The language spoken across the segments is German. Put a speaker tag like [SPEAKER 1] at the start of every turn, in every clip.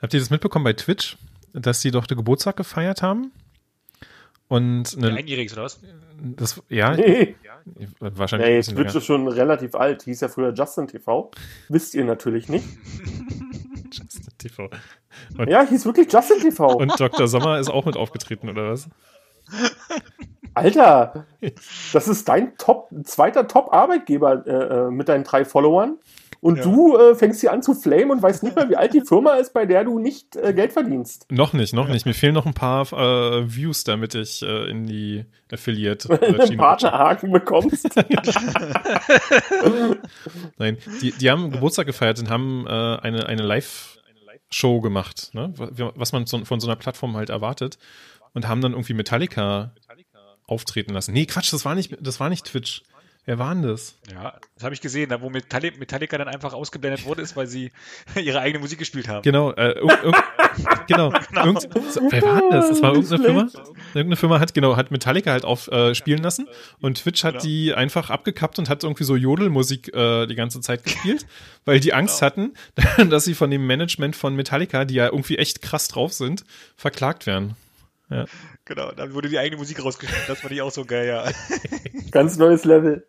[SPEAKER 1] Habt ihr das mitbekommen bei Twitch, dass sie doch den Geburtstag gefeiert haben? Und
[SPEAKER 2] Der
[SPEAKER 1] eine,
[SPEAKER 2] Einjährige oder was?
[SPEAKER 1] das, ja,
[SPEAKER 3] Nee.
[SPEAKER 1] wahrscheinlich.
[SPEAKER 3] Ja,
[SPEAKER 1] ein
[SPEAKER 3] jetzt
[SPEAKER 1] bisschen
[SPEAKER 3] wird
[SPEAKER 1] länger.
[SPEAKER 3] es schon relativ alt. Hieß ja früher Justin TV. Wisst ihr natürlich nicht.
[SPEAKER 1] Justin TV.
[SPEAKER 3] Ja, hieß wirklich Justin TV.
[SPEAKER 1] Und Dr. Sommer ist auch mit aufgetreten, oder was?
[SPEAKER 3] Alter, das ist dein Top, zweiter Top-Arbeitgeber äh, äh, mit deinen drei Followern. Und
[SPEAKER 2] Ja.
[SPEAKER 3] du äh, fängst hier an zu flamen und weißt nicht mehr, wie alt die Firma ist, bei der du nicht äh, Geld verdienst.
[SPEAKER 1] Noch nicht, noch nicht. Mir fehlen noch ein paar äh, Views, damit ich äh, in die Affiliate äh,
[SPEAKER 3] Einen
[SPEAKER 1] Schiene rutsche.
[SPEAKER 3] Partnerhaken bekommst.
[SPEAKER 1] Nein, die, die haben Geburtstag gefeiert und haben äh, eine, eine Live-Show gemacht, ne? Wa- was man so, von so einer Plattform halt erwartet. Und haben dann irgendwie Metallica auftreten lassen. Nee, Quatsch, das war nicht, das war nicht Twitch. Wer war denn das?
[SPEAKER 2] Ja, das habe ich gesehen, da wo Metalli Metallica dann einfach ausgeblendet wurde, ist, weil sie ihre eigene Musik gespielt haben.
[SPEAKER 1] Genau, äh, irg- irg- genau. Irgend, wer war denn das? Das war irgendeine Firma? Irgendeine Firma hat, genau, hat Metallica halt auf äh, spielen lassen und Twitch hat
[SPEAKER 2] Genau.
[SPEAKER 1] die einfach abgekappt und hat irgendwie so Jodelmusik äh, die ganze Zeit gespielt, weil die Angst hatten, dass sie von dem Management von Metallica, die ja irgendwie echt krass drauf sind, verklagt werden.
[SPEAKER 2] Genau, dann wurde die eigene Musik rausgeschnitten. Das fand ich auch so geil, ja.
[SPEAKER 3] Ganz neues Level.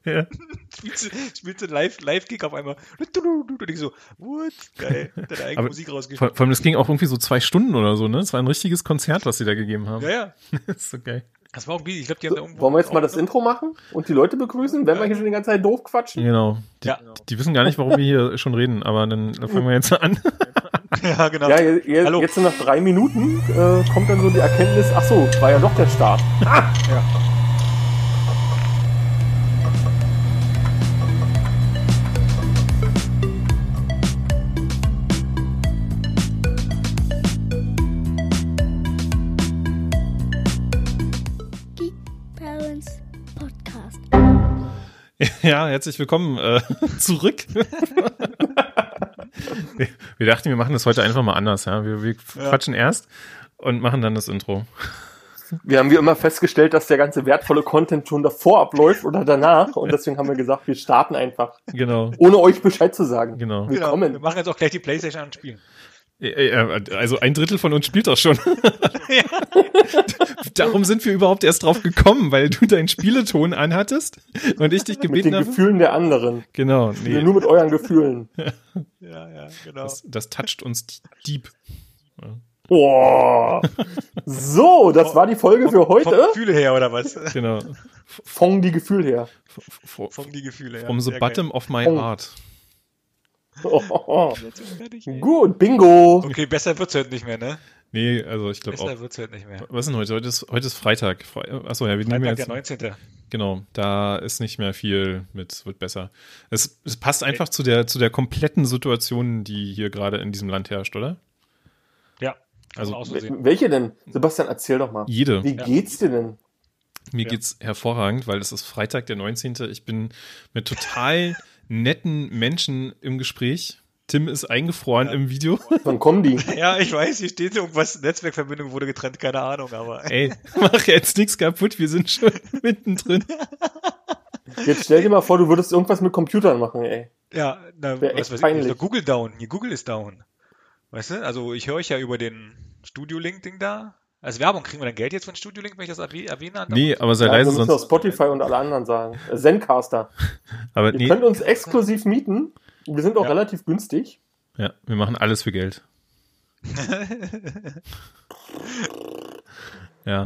[SPEAKER 2] Spielst du, spielst du live, live Gig auf einmal. Und ich so, what? Geil, deine eigene
[SPEAKER 1] Aber
[SPEAKER 2] Musik
[SPEAKER 1] Vor,
[SPEAKER 2] rausgeschnitten.
[SPEAKER 1] vor allem, das ging auch irgendwie so zwei Stunden oder so, ne? Es war ein richtiges Konzert, was sie da gegeben haben.
[SPEAKER 2] Ja, ja.
[SPEAKER 1] Das ist so geil.
[SPEAKER 2] Das war irgendwie, ich glaube, die haben da irgendwo.
[SPEAKER 3] Wollen wir jetzt mal das Intro machen und die Leute begrüßen, wenn wir hier schon die ganze Zeit doof quatschen?
[SPEAKER 1] Genau. Die,
[SPEAKER 2] Ja.
[SPEAKER 1] die wissen gar nicht, warum wir hier schon reden, aber dann fangen wir jetzt an.
[SPEAKER 2] Ja, genau.
[SPEAKER 3] Ja, je- je-
[SPEAKER 2] Hallo.
[SPEAKER 3] jetzt sind nach drei Minuten äh, kommt dann so die Erkenntnis, ach so, war ja doch der Start.
[SPEAKER 4] Geek Parents Podcast.
[SPEAKER 1] Ja, herzlich willkommen äh, zurück. wir, wir dachten, wir machen das heute einfach mal anders. Ja? Wir, wir quatschen erst und machen dann das Intro.
[SPEAKER 3] Wir haben wie immer festgestellt, dass der ganze wertvolle Content schon davor abläuft oder danach. Und deswegen haben wir gesagt, wir starten einfach,
[SPEAKER 1] Genau.
[SPEAKER 3] ohne euch Bescheid zu sagen.
[SPEAKER 1] Genau.
[SPEAKER 2] Genau.
[SPEAKER 3] Willkommen.
[SPEAKER 2] Wir machen jetzt auch gleich die Playstation an und spielen.
[SPEAKER 1] Äh, äh, Also ein Drittel von uns spielt auch schon. Darum sind wir überhaupt erst drauf gekommen, weil du deinen Spieleton anhattest und ich dich
[SPEAKER 3] Mit
[SPEAKER 1] gebeten
[SPEAKER 3] den
[SPEAKER 1] habe.
[SPEAKER 3] Gefühlen der anderen.
[SPEAKER 1] Genau.
[SPEAKER 3] Nee.
[SPEAKER 1] Nee,
[SPEAKER 3] Nur mit euren Gefühlen.
[SPEAKER 2] Ja, ja, genau.
[SPEAKER 1] das, das toucht uns deep.
[SPEAKER 3] Boah. So, das war die Folge für heute.
[SPEAKER 2] Vom Gefühle her, oder was?
[SPEAKER 1] Genau.
[SPEAKER 3] Fong die Gefühl her.
[SPEAKER 1] F- f-
[SPEAKER 2] Von die Gefühle, ja.
[SPEAKER 1] From the
[SPEAKER 2] Sehr
[SPEAKER 1] bottom of my
[SPEAKER 3] Oh.
[SPEAKER 1] heart.
[SPEAKER 3] Oh, oh, oh.
[SPEAKER 2] geil. Jetzt sind wir fertig, ey.
[SPEAKER 3] Gut, Bingo.
[SPEAKER 2] Okay, besser wird's heute nicht mehr, ne?
[SPEAKER 1] Nee, also ich glaube auch.
[SPEAKER 2] Besser wird's heute nicht mehr.
[SPEAKER 1] Was ist denn heute? Heute ist, heute ist Freitag. Fre Achso, ja, wir nehmen
[SPEAKER 2] Freitag,
[SPEAKER 1] jetzt.
[SPEAKER 2] der 19.
[SPEAKER 1] Genau, da ist nicht mehr viel mit, wird besser. Es, es passt einfach zu der, zu der kompletten Situation, die hier gerade in diesem Land herrscht, oder?
[SPEAKER 2] Ja, kann
[SPEAKER 1] Also,
[SPEAKER 2] man auch so sehen.
[SPEAKER 3] Wel- Welche denn? Sebastian, erzähl doch mal.
[SPEAKER 1] Jede.
[SPEAKER 3] Wie
[SPEAKER 2] Ja.
[SPEAKER 3] geht's dir denn?
[SPEAKER 1] Mir
[SPEAKER 2] Ja.
[SPEAKER 1] geht's hervorragend, weil es ist Freitag, der 19. Ich bin mit total netten Menschen im Gespräch. Tim ist eingefroren im Video.
[SPEAKER 3] Wann kommen die?
[SPEAKER 2] Ja, ich weiß, hier steht irgendwas, Netzwerkverbindung wurde getrennt, keine Ahnung, aber
[SPEAKER 1] Ey, mach jetzt nichts kaputt, wir sind schon mittendrin.
[SPEAKER 3] Jetzt stell dir mal vor, du würdest irgendwas mit Computern machen, ey.
[SPEAKER 2] ja, na,
[SPEAKER 3] Wär
[SPEAKER 2] was
[SPEAKER 3] echt
[SPEAKER 2] weiß ich,
[SPEAKER 3] peinlich.
[SPEAKER 2] ist doch Google down, hier Google ist down. Weißt du, also ich höre euch ja über den Studio-Link-Ding da. Als Werbung kriegen wir dann Geld jetzt von Studio-Link, wenn ich das erwäh- erwähne?
[SPEAKER 1] Nee, aber sei
[SPEAKER 3] Ja, wir
[SPEAKER 1] leise
[SPEAKER 3] müssen auf
[SPEAKER 1] sonst.
[SPEAKER 3] Spotify und alle anderen sagen. Äh, Zencaster.
[SPEAKER 1] Aber
[SPEAKER 3] Ihr
[SPEAKER 1] nee,
[SPEAKER 3] könnt uns exklusiv mieten. Wir sind auch
[SPEAKER 2] Ja.
[SPEAKER 3] relativ günstig.
[SPEAKER 1] ja, wir machen alles für Geld. Ja.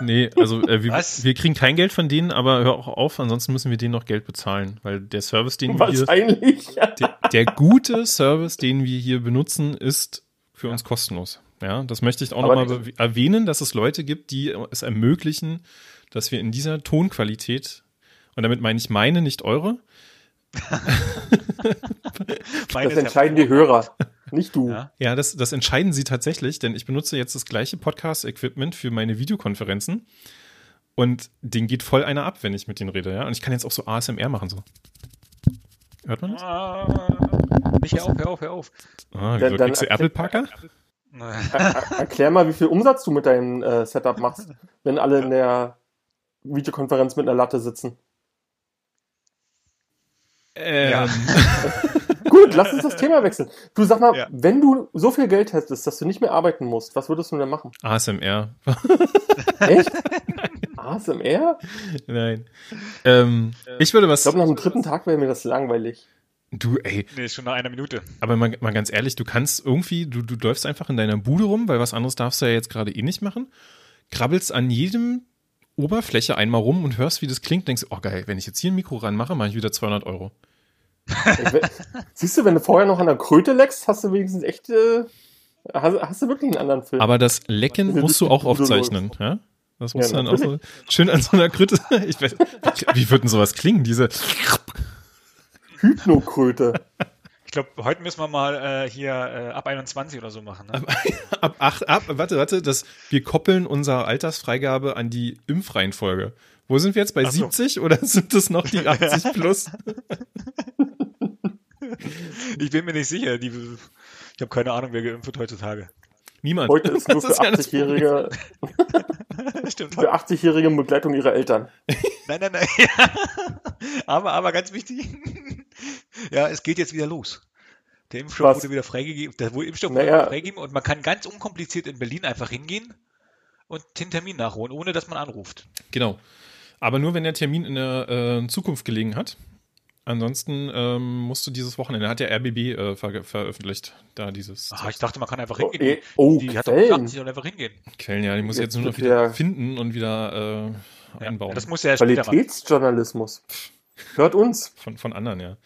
[SPEAKER 1] Nee, also äh, wir,
[SPEAKER 2] Was?
[SPEAKER 1] wir kriegen kein Geld von denen, aber hör auch auf, ansonsten müssen wir denen noch Geld bezahlen, weil der Service, den wir hier,
[SPEAKER 3] Wahrscheinlich.
[SPEAKER 1] der, der gute Service, den wir hier benutzen, ist für uns kostenlos. Ja, das möchte ich auch
[SPEAKER 3] Aber
[SPEAKER 1] nochmal erwähnen, dass es Leute gibt, die es ermöglichen, dass wir in dieser Tonqualität, und damit meine ich meine, nicht eure,
[SPEAKER 2] Meine ist
[SPEAKER 3] Das
[SPEAKER 2] ja-
[SPEAKER 3] entscheiden die Hörer, nicht du.
[SPEAKER 2] Ja.
[SPEAKER 1] Ja, das, das entscheiden sie tatsächlich, denn ich benutze jetzt das gleiche Podcast-Equipment für meine Videokonferenzen und den geht voll einer ab, wenn ich mit denen rede, ja. Und ich kann jetzt auch so ASMR machen, so. Hört man das?
[SPEAKER 2] Ah, Nicht, hör auf, hör auf, hör auf.
[SPEAKER 1] Ah,
[SPEAKER 3] Dann-
[SPEAKER 1] wieso
[SPEAKER 3] dann
[SPEAKER 1] kriegst du Apple Parker?
[SPEAKER 3] Er- Erklär mal, wie viel Umsatz du mit deinem äh, Setup machst, wenn alle in der Videokonferenz mit einer Latte sitzen.
[SPEAKER 1] Ähm,
[SPEAKER 2] Ja.
[SPEAKER 3] Gut, lass uns das Thema wechseln. Du sag mal,
[SPEAKER 2] Ja.
[SPEAKER 3] wenn du so viel Geld hättest, dass du nicht mehr arbeiten musst, was würdest du denn machen?
[SPEAKER 1] ASMR.
[SPEAKER 3] Echt? ASMR?
[SPEAKER 1] Nein. Ähm, ich würde was.
[SPEAKER 3] Ich glaube, nach dem dritten Tag wäre mir das langweilig.
[SPEAKER 1] Du, ey,
[SPEAKER 2] Nee, ist schon nach einer Minute.
[SPEAKER 1] aber mal, mal ganz ehrlich, du kannst irgendwie, du, du läufst einfach in deiner Bude rum, weil was anderes darfst du ja jetzt gerade eh nicht machen. Krabbelst an jedem Oberfläche einmal rum und hörst, wie das klingt, denkst, oh geil, wenn ich jetzt hier ein Mikro ranmache, mache ich wieder 200 Euro.
[SPEAKER 3] Ich we- Siehst du, wenn du vorher noch an der Kröte leckst, hast du wenigstens echt, äh, hast, hast du wirklich einen anderen Film.
[SPEAKER 1] Aber das Lecken
[SPEAKER 3] Also,
[SPEAKER 1] musst
[SPEAKER 3] das
[SPEAKER 1] du auch
[SPEAKER 3] ist ein
[SPEAKER 1] aufzeichnen,
[SPEAKER 3] Monolog.
[SPEAKER 1] ja? Das musst
[SPEAKER 3] Ja,
[SPEAKER 1] du dann auch so schön an so einer Krüte. Ich weiß, wie würden sowas klingen? Diese.
[SPEAKER 3] Hypnokröte.
[SPEAKER 2] Ich glaube, heute müssen wir mal äh, hier äh, ab 21 oder so machen. Ne?
[SPEAKER 1] Ab acht, ab, warte, warte, das, wir koppeln unsere Altersfreigabe an die Impfreihenfolge. Wo sind wir jetzt? Bei
[SPEAKER 2] Ach so.
[SPEAKER 1] 70 oder sind das noch die 80 plus?
[SPEAKER 2] Ich bin mir nicht sicher. Die, ich habe keine Ahnung, wer geimpft wird heutzutage.
[SPEAKER 1] Niemand.
[SPEAKER 3] Heute ist nur
[SPEAKER 1] Das
[SPEAKER 3] für
[SPEAKER 1] ja das
[SPEAKER 3] 80-Jährige,
[SPEAKER 2] Stimmt.
[SPEAKER 3] für 80-Jährige in Begleitung ihrer Eltern.
[SPEAKER 2] Nein, nein, nein. Ja. Aber, aber ganz wichtig. Ja, es geht jetzt wieder los. Der Impfstoff
[SPEAKER 3] Was?
[SPEAKER 2] wurde wieder freigegeben. Der wurde Impfstoff
[SPEAKER 3] Naja.
[SPEAKER 2] wurde wieder freigegeben und man kann ganz unkompliziert in Berlin einfach hingehen und den Termin nachholen, ohne dass man anruft.
[SPEAKER 1] Genau. Aber nur, wenn der Termin in der äh, Zukunft gelegen hat. Ansonsten ähm, musst du dieses Wochenende, hat der RBB äh, ver veröffentlicht, da dieses
[SPEAKER 2] Ah, ich dachte, man kann einfach
[SPEAKER 3] Oh,
[SPEAKER 2] hingehen.
[SPEAKER 3] eh, oh,
[SPEAKER 2] die hat doch gesagt,
[SPEAKER 3] Quellen.
[SPEAKER 2] sie soll einfach hingehen.
[SPEAKER 1] Quellen, ja, die muss ich jetzt
[SPEAKER 3] Jetzt
[SPEAKER 1] nur noch
[SPEAKER 3] wird
[SPEAKER 1] wieder
[SPEAKER 3] der-
[SPEAKER 1] finden und wieder äh,
[SPEAKER 2] Ja,
[SPEAKER 1] einbauen.
[SPEAKER 2] das muss ja später machen.
[SPEAKER 3] Qualitätsjournalismus. Hört uns.
[SPEAKER 1] Von, von anderen, ja.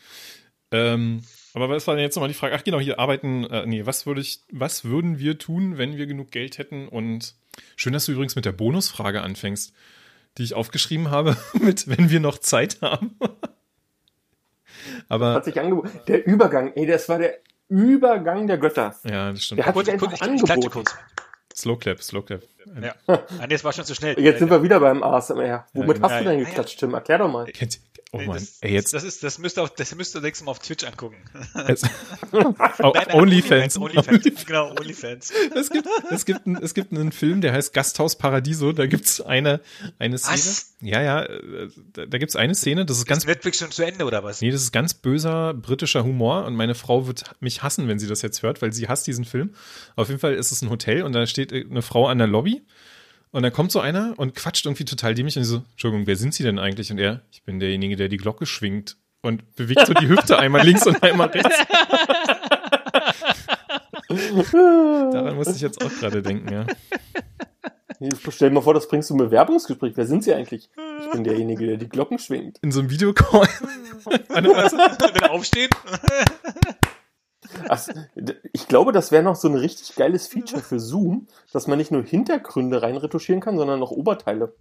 [SPEAKER 1] Ähm, aber was war denn jetzt nochmal die Frage? Ach genau, hier arbeiten, äh, nee, was würde ich, was würden wir tun, wenn wir genug Geld hätten? Und schön, dass du übrigens mit der Bonusfrage anfängst, die ich aufgeschrieben habe, mit wenn wir noch Zeit haben. aber
[SPEAKER 3] Hat sich angeboten. Der Übergang, ey, das war der Übergang der Götter.
[SPEAKER 1] ja, das stimmt.
[SPEAKER 3] Der hat
[SPEAKER 2] Kurz,
[SPEAKER 3] sich einfach
[SPEAKER 2] kurz, ich- ich klatsche
[SPEAKER 3] angeboten.
[SPEAKER 2] kurz.
[SPEAKER 1] Slow Clap, Slow Clap.
[SPEAKER 2] Ja. Ah, nee, das war schon zu schnell.
[SPEAKER 3] Jetzt sind wir wieder beim ASMR. Womit
[SPEAKER 1] genau.
[SPEAKER 3] hast du
[SPEAKER 2] Ja,
[SPEAKER 3] denn
[SPEAKER 2] ja,
[SPEAKER 3] geklatscht, Tim? Erklär doch mal.
[SPEAKER 1] Kennt- Oh
[SPEAKER 2] Nee,
[SPEAKER 1] Mann,
[SPEAKER 2] das,
[SPEAKER 1] ey, jetzt.
[SPEAKER 2] Das, ist, das müsst ihr auch, das müsst ihr nächstes Mal auf Twitch angucken.
[SPEAKER 1] jetzt Oh,
[SPEAKER 2] Nein, nein,
[SPEAKER 1] Onlyfans.
[SPEAKER 2] Onlyfans. Onlyfans. Genau, Onlyfans.
[SPEAKER 1] Es gibt, es gibt, einen, es gibt einen Film, der heißt Gasthaus Paradiso. Da gibt es eine, eine Szene.
[SPEAKER 2] Was?
[SPEAKER 1] Ja, ja, äh, da, da gibt es eine Szene, das ist ganz,
[SPEAKER 2] Ist Netflix schon zu Ende oder was?
[SPEAKER 1] nee, das ist ganz böser britischer Humor und meine Frau wird mich hassen, wenn sie das jetzt hört, weil sie hasst diesen Film. Auf jeden Fall ist es ein Hotel und da steht äh, eine Frau an der Lobby und dann kommt so einer und quatscht irgendwie total dämlich und sie so, Entschuldigung, wer sind Sie denn eigentlich? Und er, ich bin derjenige, der die Glocke schwingt und bewegt so die Hüfte einmal links und einmal rechts. Daran musste ich jetzt auch gerade denken, ja.
[SPEAKER 3] Stell dir mal vor, das bringst du im Bewerbungsgespräch. Wer sind sie eigentlich? Ich bin derjenige, der die Glocken schwingt.
[SPEAKER 1] in so einem Videocall. also, Und dann war so,
[SPEAKER 2] Wenn er aufsteht.
[SPEAKER 3] Ach, d- ich glaube, das wäre noch so ein richtig geiles Feature für Zoom, dass man nicht nur Hintergründe reinretuschieren kann, sondern noch Oberteile.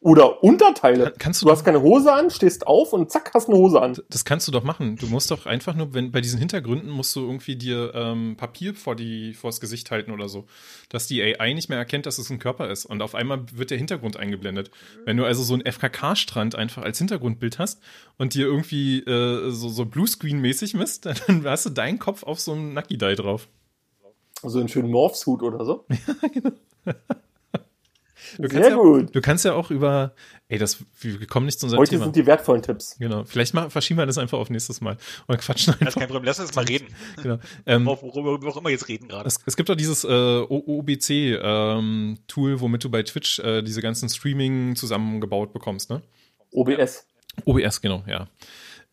[SPEAKER 3] Oder Unterteile.
[SPEAKER 1] Kann- kannst du
[SPEAKER 3] du hast keine Hose an, stehst auf und zack, hast eine Hose an.
[SPEAKER 1] das kannst du doch machen. Du musst doch einfach nur, wenn bei diesen Hintergründen musst du irgendwie dir ähm, Papier vor die vors Gesicht halten oder so, dass die AI nicht mehr erkennt, dass es ein Körper ist. Und auf einmal wird der Hintergrund eingeblendet. Wenn du also so einen FKK-Strand einfach als Hintergrundbild hast und dir irgendwie äh, so, so Bluescreen-mäßig misst, dann hast du deinen Kopf auf so einem Nucky-Dye drauf.
[SPEAKER 3] So einen schönen Morphsuit oder so.
[SPEAKER 1] Du kannst
[SPEAKER 3] genau. Sehr
[SPEAKER 1] ja,
[SPEAKER 3] gut.
[SPEAKER 1] Du kannst ja auch über, ey, das, wir kommen nicht zu unserem
[SPEAKER 3] Heute
[SPEAKER 1] Thema.
[SPEAKER 3] sind die wertvollen Tipps.
[SPEAKER 1] Genau, vielleicht machen, verschieben wir das einfach auf nächstes Mal und quatschen
[SPEAKER 2] Das ist
[SPEAKER 1] einfach.
[SPEAKER 2] kein Problem. Lass uns mal reden.
[SPEAKER 1] Genau. Ähm,
[SPEAKER 2] Wor- Worüber wir auch immer jetzt reden gerade.
[SPEAKER 1] es, es gibt doch dieses äh, OBC-Tool, ähm, womit du bei Twitch äh, diese ganzen Streaming zusammengebaut bekommst, ne?
[SPEAKER 3] OBS.
[SPEAKER 1] OBS, genau, ja.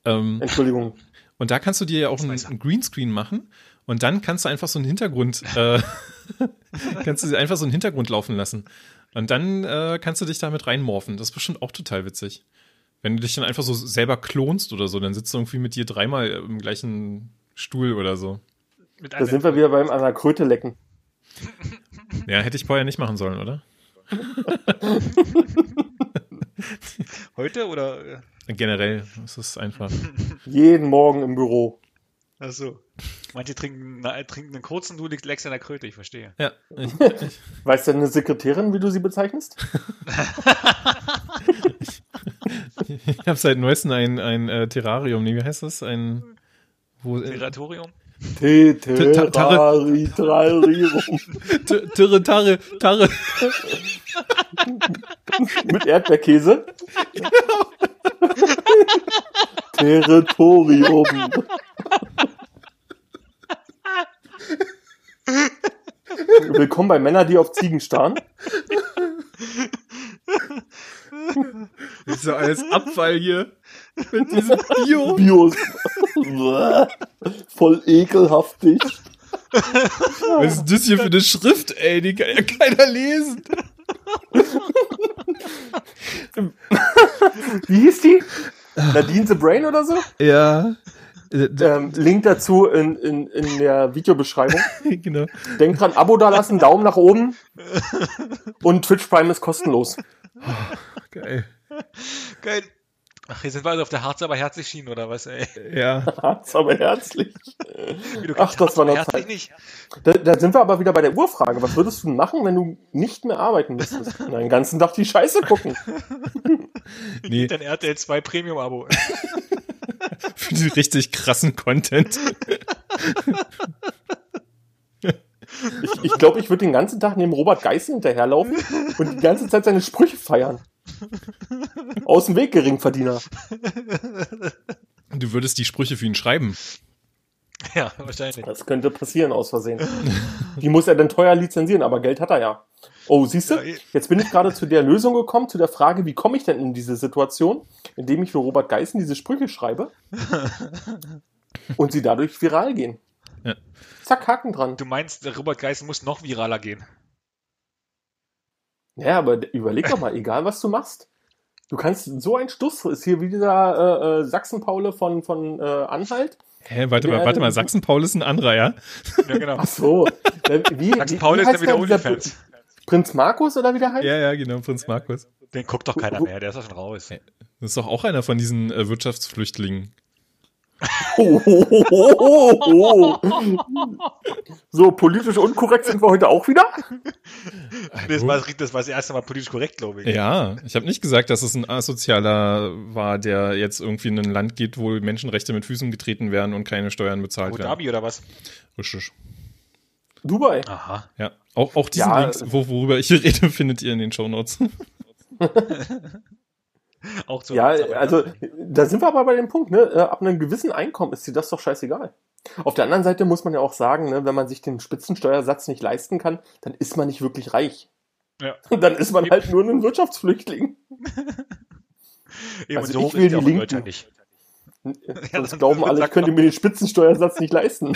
[SPEAKER 1] Ähm,
[SPEAKER 3] Entschuldigung.
[SPEAKER 1] und da kannst du dir ja auch einen,
[SPEAKER 2] weiß er.
[SPEAKER 1] einen Greenscreen machen und dann kannst du einfach so einen Hintergrund, äh, kannst du dir einfach so einen Hintergrund laufen lassen. Und dann äh, kannst du dich damit reinmorphen. Das ist bestimmt auch total witzig. Wenn du dich dann einfach so selber klonst oder so, dann sitzt du irgendwie mit dir dreimal im gleichen Stuhl oder so.
[SPEAKER 2] Mit
[SPEAKER 3] Da sind wir wieder beim an der Kröte lecken.
[SPEAKER 1] Ja, hätte ich vorher nicht machen sollen, oder?
[SPEAKER 2] heute oder? äh,
[SPEAKER 1] Generell, es ist einfach.
[SPEAKER 3] Jeden Morgen im Büro.
[SPEAKER 2] Ach so. Manche trinken, na, trinken einen kurzen, du legst an der Kröte, ich verstehe.
[SPEAKER 1] Ja, ich,
[SPEAKER 3] Weiß deine Sekretärin, wie du sie bezeichnest?
[SPEAKER 1] ich habe seit neuestem ein, ein äh, Terrarium, nee, wie heißt das? Ein. Wo, äh,
[SPEAKER 2] Piratorium?
[SPEAKER 3] Te-
[SPEAKER 1] Ta-
[SPEAKER 3] terrari- Terrarium.
[SPEAKER 1] T- Tirre, Tarre, Tarre.
[SPEAKER 3] Mit Erdbeerkäse. Territorium. Willkommen bei Männer, die auf Ziegen starren.
[SPEAKER 1] Das ist ja alles Abfall hier. Mit diesem Bio.
[SPEAKER 3] Bios. Voll ekelhaftig.
[SPEAKER 1] Was ist das hier für eine Schrift, ey? Die kann ja keiner lesen.
[SPEAKER 3] Wie hieß die? Nadine the Brain oder so?
[SPEAKER 1] Ja. Äh,
[SPEAKER 3] Ähm, Link dazu in, in, in der Videobeschreibung.
[SPEAKER 1] genau.
[SPEAKER 3] Denkt dran, Abo da lassen, Daumen nach oben. Und Twitch Prime ist kostenlos.
[SPEAKER 1] Geil.
[SPEAKER 2] Geil. Ach, hier sind wir also auf der Harz, aber herzlich schienen, oder was, ey?
[SPEAKER 1] Ja.
[SPEAKER 3] Hat's aber herzlich.
[SPEAKER 2] Wie, du
[SPEAKER 3] Äh, Ach,
[SPEAKER 2] kennst
[SPEAKER 3] das war noch
[SPEAKER 2] herzlich
[SPEAKER 3] Zeit.
[SPEAKER 2] nicht.
[SPEAKER 3] Da, da sind wir aber wieder bei der Urfrage. Was würdest du machen, wenn du nicht mehr arbeiten müsstest? Na, Den ganzen Tag die Scheiße gucken.
[SPEAKER 1] Nee,
[SPEAKER 2] Dein RTL 2 Premium-Abo.
[SPEAKER 1] für den richtig krassen Content.
[SPEAKER 3] Ich glaube, ich, glaub, ich würde den ganzen Tag neben Robert Geißen hinterherlaufen und die ganze Zeit seine Sprüche feiern. Aus dem Weg, Geringverdiener.
[SPEAKER 1] Du würdest die Sprüche für ihn schreiben.
[SPEAKER 2] ja, wahrscheinlich.
[SPEAKER 3] Das könnte passieren aus Versehen. Die muss er dann teuer lizenzieren, aber Geld hat er ja. Oh, siehst du?
[SPEAKER 2] Ja, eh.
[SPEAKER 3] Jetzt bin ich gerade zu der Lösung gekommen, zu der Frage, wie komme ich denn in diese Situation, indem ich für Robert Geißen diese Sprüche schreibe und sie dadurch viral gehen.
[SPEAKER 1] Ja.
[SPEAKER 3] Zack, Haken dran.
[SPEAKER 2] Du meinst, der Robert Geißen muss noch viraler gehen.
[SPEAKER 3] Ja, aber d- überleg doch mal, egal was du machst. Du kannst so ein Stuss, ist hier wie dieser äh, äh, Sachsen-Paule von, von äh, Anhalt.
[SPEAKER 1] Hä, warte mal, warte mal. Sachsen-Paul ist ein anderer, ja?
[SPEAKER 2] Ja, genau.
[SPEAKER 3] Ach so. Äh, Wie,
[SPEAKER 2] Sachsen Paul ist
[SPEAKER 3] heißt
[SPEAKER 2] ja wieder
[SPEAKER 3] der, dieser
[SPEAKER 2] OnlyFans.
[SPEAKER 3] Pr- Prinz Markus oder wie der heißt?
[SPEAKER 1] Ja, ja, genau, Prinz Markus.
[SPEAKER 2] Den guckt doch keiner mehr, der ist ja schon raus.
[SPEAKER 3] Äh,
[SPEAKER 1] Das ist doch auch einer von diesen äh, Wirtschaftsflüchtlingen.
[SPEAKER 3] Oh, oh, oh, oh, oh, oh. So, politisch unkorrekt sind wir heute auch wieder.
[SPEAKER 2] Das war, das war das erste Mal politisch korrekt, glaube ich.
[SPEAKER 1] Ja, ich habe nicht gesagt, dass es ein Asozialer war, der jetzt irgendwie in ein Land geht, wo Menschenrechte mit Füßen getreten werden und keine Steuern bezahlt
[SPEAKER 2] Abu
[SPEAKER 1] werden.
[SPEAKER 2] Dhabi oder was?
[SPEAKER 1] Richtig.
[SPEAKER 3] Dubai.
[SPEAKER 2] Aha.
[SPEAKER 1] Ja. Auch, auch diesen
[SPEAKER 3] Ja,
[SPEAKER 1] Links,
[SPEAKER 3] äh,
[SPEAKER 1] wo, worüber ich hier rede, findet ihr in den Shownotes.
[SPEAKER 2] Auch zu
[SPEAKER 3] Ja, also da sind wir aber bei dem Punkt, ne? Äh, Ab einem gewissen Einkommen ist dir das doch scheißegal. Auf der anderen Seite muss man ja auch sagen, ne, wenn man sich den Spitzensteuersatz nicht leisten kann, dann ist man nicht wirklich reich.
[SPEAKER 2] Ja.
[SPEAKER 3] Und dann ist man halt nur ein Wirtschaftsflüchtling.
[SPEAKER 2] Eben,
[SPEAKER 3] also
[SPEAKER 2] so
[SPEAKER 3] ich
[SPEAKER 2] hoch sind
[SPEAKER 3] will die
[SPEAKER 2] auch in
[SPEAKER 3] Linken.
[SPEAKER 2] Deutschland nicht.
[SPEAKER 3] Sonst
[SPEAKER 2] dann-
[SPEAKER 3] glauben alle, ich
[SPEAKER 2] sag
[SPEAKER 3] könnte
[SPEAKER 2] doch.
[SPEAKER 3] mir den Spitzensteuersatz nicht leisten.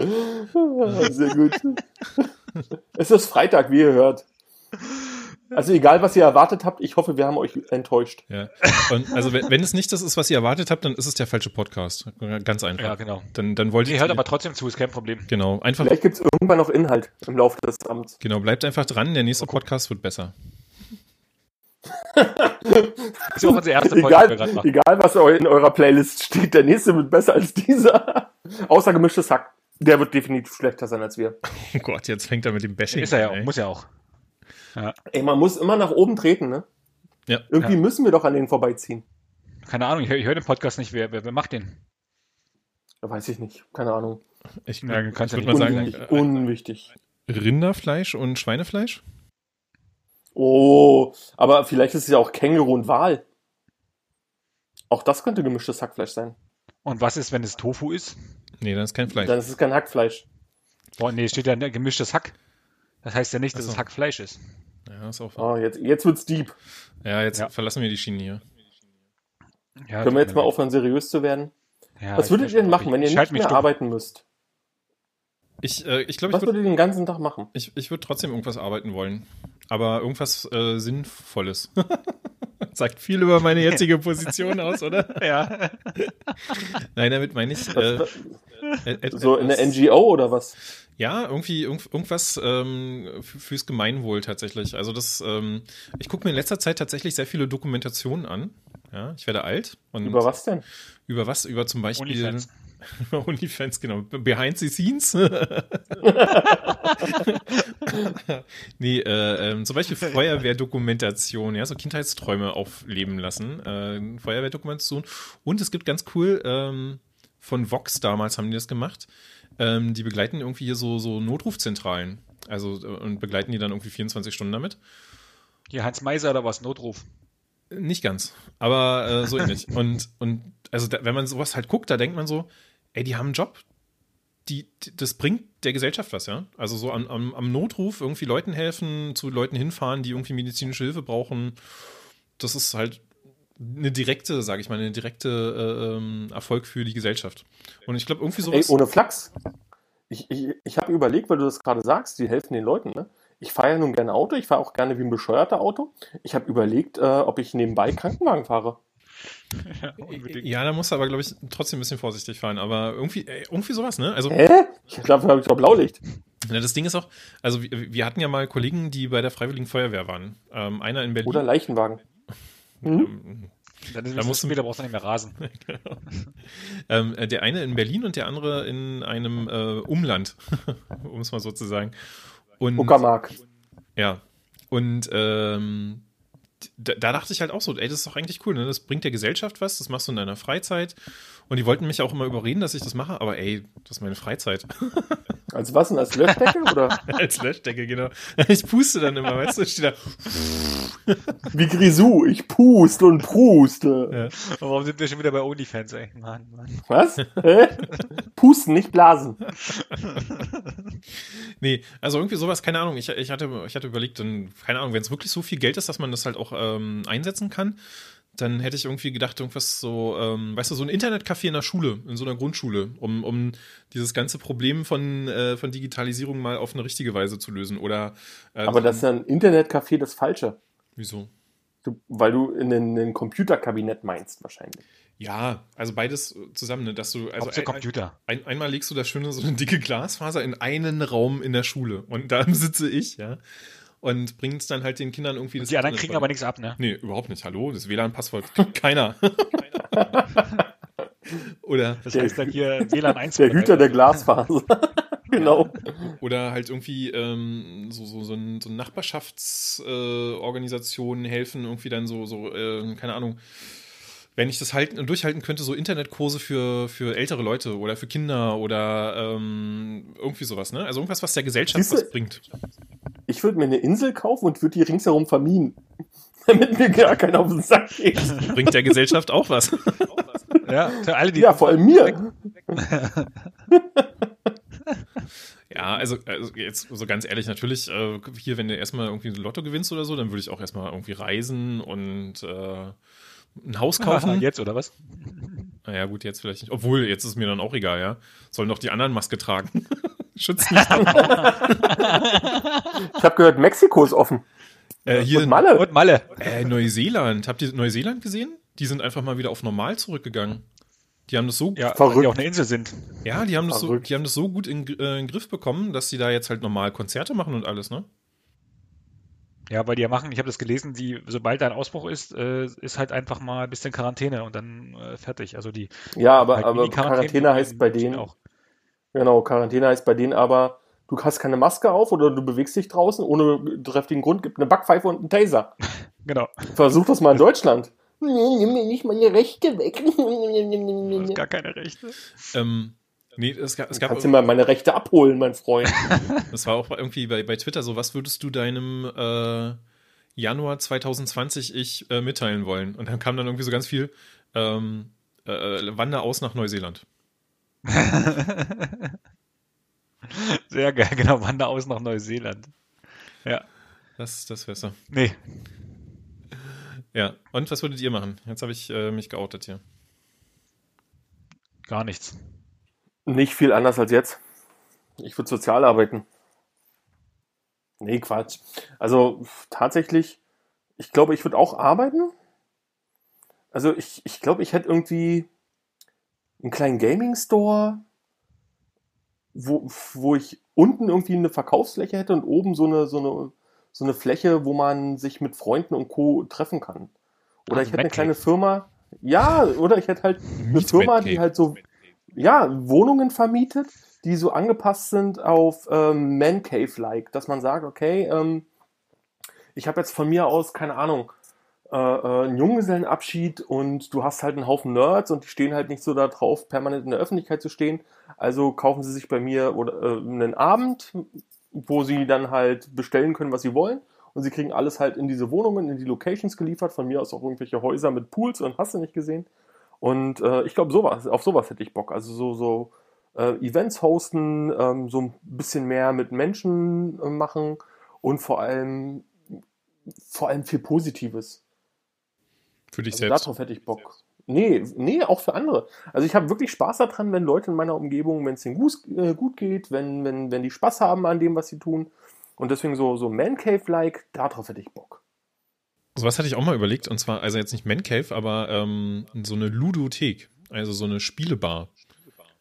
[SPEAKER 3] Ah, Sehr gut. Es ist Freitag, wie ihr hört. Also egal, was ihr erwartet habt, ich hoffe, wir haben euch enttäuscht.
[SPEAKER 1] ja. Und also wenn, wenn es nicht das ist, was ihr erwartet habt, dann ist es der falsche Podcast. Ganz einfach.
[SPEAKER 2] Ja, genau.
[SPEAKER 1] Dann, dann wollt
[SPEAKER 2] Sie
[SPEAKER 1] ihr.
[SPEAKER 2] hört aber trotzdem zu, ist kein Problem.
[SPEAKER 1] genau, einfach.
[SPEAKER 3] Vielleicht gibt es irgendwann noch Inhalt im Laufe des Abends.
[SPEAKER 1] Genau, bleibt einfach dran, der nächste Podcast wird besser.
[SPEAKER 2] Ist ja auch unsere erste Folge, die wir gerade
[SPEAKER 3] Egal,
[SPEAKER 2] machen.
[SPEAKER 3] egal, was eu- in eurer Playlist steht, der nächste wird besser als dieser. Außer gemischtes Hack. Der wird definitiv schlechter sein als wir.
[SPEAKER 1] Oh Gott, jetzt fängt er mit dem Bashing
[SPEAKER 2] Ist er ja
[SPEAKER 1] an,
[SPEAKER 2] auch,
[SPEAKER 1] ey.
[SPEAKER 2] muss ja auch.
[SPEAKER 3] Ey, man muss immer nach oben treten, ne?
[SPEAKER 1] Ja.
[SPEAKER 3] Irgendwie müssen wir doch an denen vorbeiziehen.
[SPEAKER 2] Keine Ahnung, ich höre hör den Podcast nicht, wer, wer, wer macht den?
[SPEAKER 3] Weiß ich nicht, keine Ahnung.
[SPEAKER 1] Ich,
[SPEAKER 2] Ja,
[SPEAKER 1] ich
[SPEAKER 2] kannst ja
[SPEAKER 1] würde
[SPEAKER 2] nicht
[SPEAKER 1] mal sagen, äh,
[SPEAKER 3] unwichtig, unwichtig.
[SPEAKER 1] Rinderfleisch und Schweinefleisch?
[SPEAKER 3] Oh, aber vielleicht ist es ja auch Känguru und Wal. Auch das könnte gemischtes Hackfleisch sein.
[SPEAKER 2] Und was ist, wenn es Tofu ist?
[SPEAKER 1] Nee, dann ist kein Fleisch.
[SPEAKER 3] Dann ist es kein Hackfleisch.
[SPEAKER 2] Oh, nee, steht ja ne, gemischtes Hack. Das heißt ja nicht, dass
[SPEAKER 1] Ach so.
[SPEAKER 2] es Hackfleisch ist.
[SPEAKER 1] Ja, ist auch wahr.
[SPEAKER 3] Oh, jetzt, jetzt wird's deep.
[SPEAKER 1] Ja, jetzt
[SPEAKER 2] Ja.
[SPEAKER 1] verlassen wir die Schiene hier.
[SPEAKER 2] Ja,
[SPEAKER 3] Können wir
[SPEAKER 2] tut
[SPEAKER 3] jetzt
[SPEAKER 2] mir
[SPEAKER 3] mal aufhören, seriös zu werden?
[SPEAKER 2] leid. Ja,
[SPEAKER 3] Was
[SPEAKER 2] ich-
[SPEAKER 3] würdet ihr denn machen, wenn ihr
[SPEAKER 2] ich schalte
[SPEAKER 3] nicht
[SPEAKER 2] mich
[SPEAKER 3] mehr
[SPEAKER 2] stumm.
[SPEAKER 3] arbeiten müsst?
[SPEAKER 1] Ich äh, ich, glaube, ich
[SPEAKER 3] Was
[SPEAKER 1] würde
[SPEAKER 3] würdet ihr den ganzen Tag machen?
[SPEAKER 1] ich, ich würd trotzdem irgendwas arbeiten wollen. Aber irgendwas äh, Sinnvolles. Sagt viel über meine jetzige Position aus, oder?
[SPEAKER 2] Ja.
[SPEAKER 1] Nein, damit meine ich. Äh, äh, et-
[SPEAKER 3] So in der
[SPEAKER 1] etwas-
[SPEAKER 3] NGO oder was?
[SPEAKER 1] Ja, irgendwie irgend- irgendwas ähm, f- fürs Gemeinwohl tatsächlich. Also das, ähm, ich gucke mir in letzter Zeit tatsächlich sehr viele Dokumentationen an. Ja, ich werde alt. Und
[SPEAKER 3] Über was denn?
[SPEAKER 1] Über was? Über zum Beispiel
[SPEAKER 2] OnlyFans.
[SPEAKER 1] Über OnlyFans, genau. Behind the scenes. nee, äh, ähm, zum Beispiel Feuerwehrdokumentation, ja, so Kindheitsträume aufleben lassen. Äh, Feuerwehrdokumentation. Und es gibt ganz cool, ähm, von Vox damals haben die das gemacht. Ähm, die begleiten irgendwie hier so, so Notrufzentralen. Also äh, und begleiten die dann irgendwie 24 Stunden damit.
[SPEAKER 2] Hier Hans Meiser oder was? Notruf.
[SPEAKER 1] Nicht ganz, aber äh, so ähnlich. und, und also da, wenn man sowas halt guckt, da denkt man so, ey, die haben einen Job. Die, die, das bringt der Gesellschaft was, ja. Also so am, am, am Notruf irgendwie Leuten helfen, zu Leuten hinfahren, die irgendwie medizinische Hilfe brauchen. Das ist halt eine direkte, sage ich mal, eine direkte äh, ähm, Erfolg für die Gesellschaft. Und ich glaube, irgendwie
[SPEAKER 3] Ey,
[SPEAKER 1] sowas.
[SPEAKER 3] ohne Flachs. Ich, ich, ich habe überlegt, weil du das gerade sagst, die helfen den Leuten. Ne? Ich fahre ja nun gerne Auto, ich fahre auch gerne wie ein bescheuerter Auto. Ich habe überlegt, äh, ob ich nebenbei Krankenwagen fahre.
[SPEAKER 2] Unbedingt.
[SPEAKER 1] ja, da musst du aber, glaube ich, trotzdem ein bisschen vorsichtig fahren. Aber irgendwie, ey, irgendwie sowas, ne? Also,
[SPEAKER 3] Hä? Ich glaube, da habe ich doch Blaulicht.
[SPEAKER 1] na, das Ding ist auch, also wir, wir hatten ja mal Kollegen, die bei der Freiwilligen Feuerwehr waren. Ähm, einer in Berlin.
[SPEAKER 3] Oder Leichenwagen. Mhm.
[SPEAKER 1] ähm,
[SPEAKER 2] Dann
[SPEAKER 1] Da
[SPEAKER 2] ist da
[SPEAKER 1] musst
[SPEAKER 2] musst
[SPEAKER 1] du-
[SPEAKER 2] später brauchst du nicht mehr rasen.
[SPEAKER 1] ähm, äh, der eine in Berlin und der andere in einem äh, Umland, um es mal so zu sagen. Und,
[SPEAKER 3] Uckermark.
[SPEAKER 1] Ja. Und ähm, da, da dachte ich halt auch so, ey, das ist doch eigentlich cool, ne? Das bringt der Gesellschaft was, das machst du in deiner Freizeit. Und die wollten mich auch immer überreden, dass ich das mache, aber ey, das ist meine Freizeit.
[SPEAKER 3] Als Also was denn? Als Löschdecke? oder
[SPEAKER 1] Als Löschdecke, genau. Ich puste dann immer, weißt du, ich stehe da.
[SPEAKER 3] wie Grisou? Ich puste und puste.
[SPEAKER 1] Ja.
[SPEAKER 2] Aber warum sind wir schon wieder bei OnlyFans, ey? Mann, Mann.
[SPEAKER 3] Was? Hä? Pusten, nicht blasen.
[SPEAKER 1] Nee, also irgendwie sowas, keine Ahnung. Ich, ich, hatte, ich hatte überlegt, dann, keine Ahnung, wenn es wirklich so viel Geld ist, dass man das halt auch ähm, einsetzen kann, dann hätte ich irgendwie gedacht, irgendwas so, ähm, weißt du, so ein Internetcafé in der Schule, in so einer Grundschule, um, um dieses ganze Problem von, äh, von Digitalisierung mal auf eine richtige Weise zu lösen. Oder ähm,
[SPEAKER 3] Aber das ist ja ein Internetcafé das Falsche.
[SPEAKER 1] wieso?
[SPEAKER 3] Du, weil du in den, den Computerkabinett meinst wahrscheinlich.
[SPEAKER 1] Ja, also beides zusammen, ne, dass du, also
[SPEAKER 2] Hauptsache
[SPEAKER 1] ein,
[SPEAKER 2] Computer.
[SPEAKER 1] ein, einmal legst du da schöne so eine dicke Glasfaser in einen Raum in der Schule und da sitze ich, ja, und bringst dann halt den Kindern irgendwie das
[SPEAKER 2] Die anderen
[SPEAKER 1] Internet
[SPEAKER 2] kriegen
[SPEAKER 1] bei.
[SPEAKER 2] aber nichts ab, ne?
[SPEAKER 1] Nee, überhaupt nicht. Hallo, das WLAN-Passwort kriegt keiner. oder,
[SPEAKER 2] Das heißt dann hier WLAN 1.
[SPEAKER 3] Der Hüter der Glasfaser. genau.
[SPEAKER 1] oder halt irgendwie ähm, so, so, so, ein, so Nachbarschaftsorganisationen äh, Organisationen helfen, irgendwie dann so, so äh, keine Ahnung, wenn ich das halten, durchhalten könnte, so Internetkurse für, für ältere Leute oder für Kinder oder ähm, irgendwie sowas, ne? Also irgendwas, was der Gesellschaft
[SPEAKER 3] Siehste-
[SPEAKER 1] was bringt.
[SPEAKER 3] Ich würde mir eine Insel kaufen und würde die ringsherum vermieden. Damit mir gar keiner auf den Sack geht.
[SPEAKER 1] Bringt der Gesellschaft auch was.
[SPEAKER 2] Ja, für alle, die.
[SPEAKER 3] Ja, vor allem mir.
[SPEAKER 1] Ja, also, also jetzt so ganz ehrlich, natürlich, äh, hier, wenn du erstmal irgendwie ein Lotto gewinnst oder so, dann würde ich auch erstmal irgendwie reisen und äh, ein Haus
[SPEAKER 2] Haha,
[SPEAKER 1] kaufen.
[SPEAKER 2] Jetzt, oder was?
[SPEAKER 1] Naja, gut, jetzt vielleicht nicht. Obwohl, jetzt ist mir dann auch egal, ja. Sollen doch die anderen Maske tragen. Schützt mich.
[SPEAKER 3] Ich habe gehört, Mexiko ist offen.
[SPEAKER 1] äh, hier,
[SPEAKER 3] Und Malle.
[SPEAKER 2] Und Malle.
[SPEAKER 1] äh, Neuseeland. Habt ihr Neuseeland gesehen? Die sind einfach mal wieder auf normal zurückgegangen. Die haben das so
[SPEAKER 2] Ja,
[SPEAKER 3] Verrückt.
[SPEAKER 2] weil die auch eine Insel sind.
[SPEAKER 1] Ja, die haben das so,
[SPEAKER 3] Verrückt.
[SPEAKER 1] die haben das so gut in, äh, in den Griff bekommen, dass sie da jetzt halt normal Konzerte machen und alles, ne?
[SPEAKER 2] Ja, weil die ja machen, ich habe das gelesen, die, sobald da ein Ausbruch ist, äh, ist halt einfach mal ein bisschen Quarantäne und dann äh, fertig. Also die
[SPEAKER 3] Ja, aber,
[SPEAKER 2] halt
[SPEAKER 3] aber
[SPEAKER 2] Mini-Quarantäne
[SPEAKER 3] Quarantäne heißt bei
[SPEAKER 2] in München
[SPEAKER 3] denen.
[SPEAKER 2] auch.
[SPEAKER 3] Genau, Quarantäne heißt bei denen aber, du hast keine Maske auf oder du bewegst dich draußen ohne treffenden Grund, gibt eine Backpfeife und einen Taser.
[SPEAKER 2] Genau.
[SPEAKER 3] Versuch das mal in Deutschland.
[SPEAKER 4] Nee, nimm mir nicht meine Rechte weg.
[SPEAKER 2] Du hast gar keine Rechte.
[SPEAKER 1] Ähm, nee, es, ga- es gab.
[SPEAKER 3] Kannst du mal meine Rechte abholen, mein Freund.
[SPEAKER 1] Das war auch irgendwie bei, bei Twitter so, was würdest du deinem äh, Januar 2020 ich äh, mitteilen wollen? Und dann kam dann irgendwie so ganz viel, ähm, äh, wander aus nach Neuseeland.
[SPEAKER 2] Sehr geil, genau. Wander aus nach Neuseeland. Ja.
[SPEAKER 1] Das, das wär's so.
[SPEAKER 2] Nee.
[SPEAKER 1] Ja, und was würdet ihr machen? Jetzt habe ich äh, mich geoutet hier.
[SPEAKER 2] Gar nichts.
[SPEAKER 3] Nicht viel anders als jetzt. Ich würde sozial arbeiten. Nee, Quatsch. Also f- tatsächlich, ich glaube, ich würde auch arbeiten. Also ich, ich glaube, ich hätte irgendwie einen kleinen Gaming-Store, wo, wo ich unten irgendwie eine Verkaufsfläche hätte und oben so eine, so eine, so eine Fläche, wo man sich mit Freunden und Co. treffen kann. Oder
[SPEAKER 2] Ah,
[SPEAKER 3] ich hätte eine
[SPEAKER 2] Batcave.
[SPEAKER 3] kleine Firma. Ja, oder ich hätte halt eine
[SPEAKER 1] Meat
[SPEAKER 3] Firma,
[SPEAKER 1] Batcave.
[SPEAKER 3] die halt so ja, Wohnungen vermietet, die so angepasst sind auf ähm, Man Cave-like, dass man sagt, okay, ähm, ich habe jetzt von mir aus, keine Ahnung, äh, äh, einen Junggesellenabschied und du hast halt einen Haufen Nerds und die stehen halt nicht so da drauf, permanent in der Öffentlichkeit zu stehen. Also kaufen sie sich bei mir oder, äh, einen Abend, wo sie dann halt bestellen können, was sie wollen und sie kriegen alles halt in diese Wohnungen, in die Locations geliefert, von mir aus auch irgendwelche Häuser mit Pools und hast du nicht gesehen. Und äh, ich glaube, sowas, auf sowas hätte ich Bock. Also so, so äh, Events hosten, ähm, so ein bisschen mehr mit Menschen äh, machen und vor allem vor allem viel Positives.
[SPEAKER 1] Für dich
[SPEAKER 3] Also
[SPEAKER 1] selbst.
[SPEAKER 3] darauf hätte ich Bock. Nee, nee, auch für andere. Also ich habe wirklich Spaß daran, wenn Leute in meiner Umgebung, wenn es denen gut, äh, gut geht, wenn, wenn, wenn die Spaß haben an dem, was sie tun. Und deswegen so, so Man-Cave-like, darauf hätte ich Bock.
[SPEAKER 1] Sowas hatte ich auch mal überlegt, und zwar, also jetzt nicht Man Cave, aber ähm, so eine Ludothek. Also so eine Spielebar.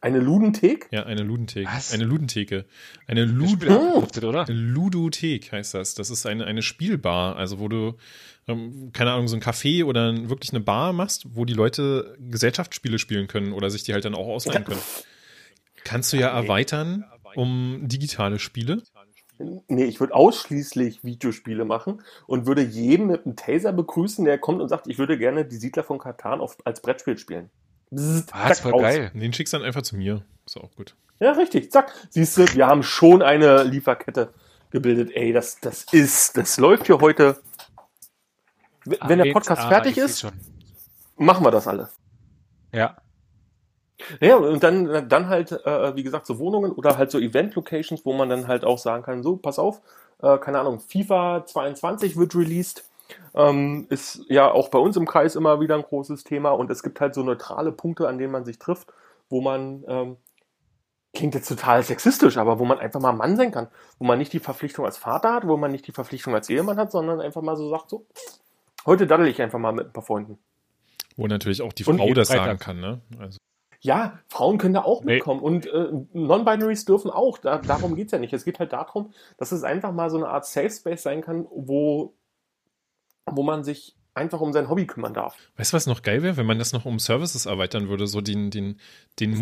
[SPEAKER 3] Eine Ludenthek?
[SPEAKER 1] Ja, eine Ludenthek.
[SPEAKER 2] Was?
[SPEAKER 1] Eine Ludentheke. Eine
[SPEAKER 2] Das
[SPEAKER 1] Lud
[SPEAKER 2] Spiel
[SPEAKER 3] Hm.
[SPEAKER 2] abgekupft, oder?
[SPEAKER 1] Ludothek heißt das. Das ist eine, eine Spielbar, also wo du, ähm, keine Ahnung, so ein Café oder ein- wirklich eine Bar machst, wo die Leute Gesellschaftsspiele spielen können oder sich die halt dann auch ausleihen können. Kannst du ja erweitern um digitale Spiele.
[SPEAKER 3] Nee, ich würde ausschließlich Videospiele machen und würde jeden mit einem Taser begrüßen, der kommt und sagt, ich würde gerne die Siedler von Katan auf, als Brettspiel spielen. Bzzzt,
[SPEAKER 2] Was,
[SPEAKER 3] zack,
[SPEAKER 2] Ah, voll
[SPEAKER 3] aus.
[SPEAKER 2] geil.
[SPEAKER 1] Den schickst du dann einfach zu mir. Ist auch gut.
[SPEAKER 3] Ja, richtig, zack. Siehst du, wir haben schon eine Lieferkette gebildet. Ey, das, das ist, das läuft hier heute. W- Wenn der
[SPEAKER 2] Ah,
[SPEAKER 3] Podcast
[SPEAKER 2] ah,
[SPEAKER 3] fertig
[SPEAKER 2] ich
[SPEAKER 3] ist,
[SPEAKER 2] seh's schon.
[SPEAKER 3] machen wir das alle.
[SPEAKER 2] Ja.
[SPEAKER 3] Ja, und dann, dann halt, äh, wie gesagt, so Wohnungen oder halt so Event-Locations, wo man dann halt auch sagen kann, so, pass auf, äh, keine Ahnung, FIFA 22 wird released. Ähm, ist ja auch bei uns im Kreis immer wieder ein großes Thema und es gibt halt so neutrale Punkte, an denen man sich trifft, wo man, ähm, klingt jetzt total sexistisch, aber wo man einfach mal Mann sein kann, wo man nicht die Verpflichtung als Vater hat, wo man nicht die Verpflichtung als Ehemann hat, sondern einfach mal so sagt, so, heute daddel ich einfach mal mit ein paar Freunden.
[SPEAKER 1] Wo natürlich auch die
[SPEAKER 3] Und
[SPEAKER 1] Frau
[SPEAKER 3] jeden
[SPEAKER 1] das
[SPEAKER 2] Freitag.
[SPEAKER 1] sagen kann, ne? Also,
[SPEAKER 3] Ja, Frauen können da auch
[SPEAKER 2] Nee.
[SPEAKER 3] mitkommen und äh, Non-Binaries dürfen auch. Da, darum geht's ja nicht. Es geht halt darum, dass es einfach mal so eine Art Safe Space sein kann, wo, wo man sich einfach um sein Hobby kümmern darf.
[SPEAKER 1] weißt du, was noch geil wäre, wenn man das noch um Services erweitern würde, so den, den, den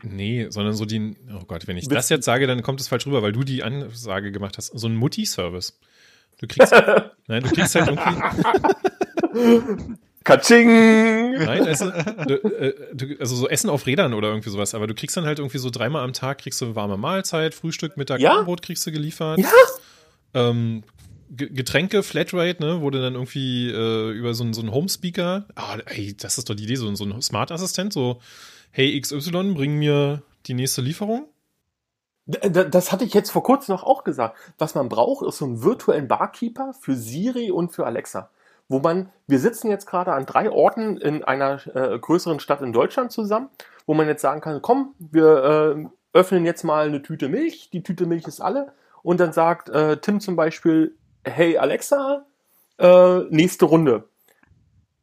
[SPEAKER 1] N- Nee, sondern so den, oh Gott, wenn ich
[SPEAKER 3] Witz-
[SPEAKER 1] das jetzt sage, dann kommt es falsch rüber, weil du die Ansage gemacht hast. So ein Mutti-Service. Du kriegst, nein, du kriegst halt irgendwie,
[SPEAKER 3] Katsching!
[SPEAKER 1] nein, also, du, äh, du, also so Essen auf Rädern oder irgendwie sowas, aber du kriegst dann halt irgendwie so dreimal am Tag kriegst du warme Mahlzeit, Frühstück, Mittag,
[SPEAKER 3] Ja?
[SPEAKER 1] Abendbrot kriegst du geliefert.
[SPEAKER 3] Ja.
[SPEAKER 1] Ähm, Ge- Getränke, Flatrate, ne, wurde dann irgendwie äh, über so einen, so einen Homespeaker, ah, ey, das ist doch die Idee, so, ein- so ein Smart-Assistent, so, hey XY, bring mir die nächste Lieferung.
[SPEAKER 3] D- d- Das hatte ich jetzt vor kurzem noch auch gesagt. Was man braucht, ist so einen virtuellen Barkeeper für Siri und für Alexa. Wo man, wir sitzen jetzt gerade an drei Orten in einer äh, größeren Stadt in Deutschland zusammen, wo man jetzt sagen kann, komm, wir äh, öffnen jetzt mal eine Tüte Milch, die Tüte Milch ist alle. Und dann sagt äh, Tim zum Beispiel, hey Alexa, äh, nächste Runde.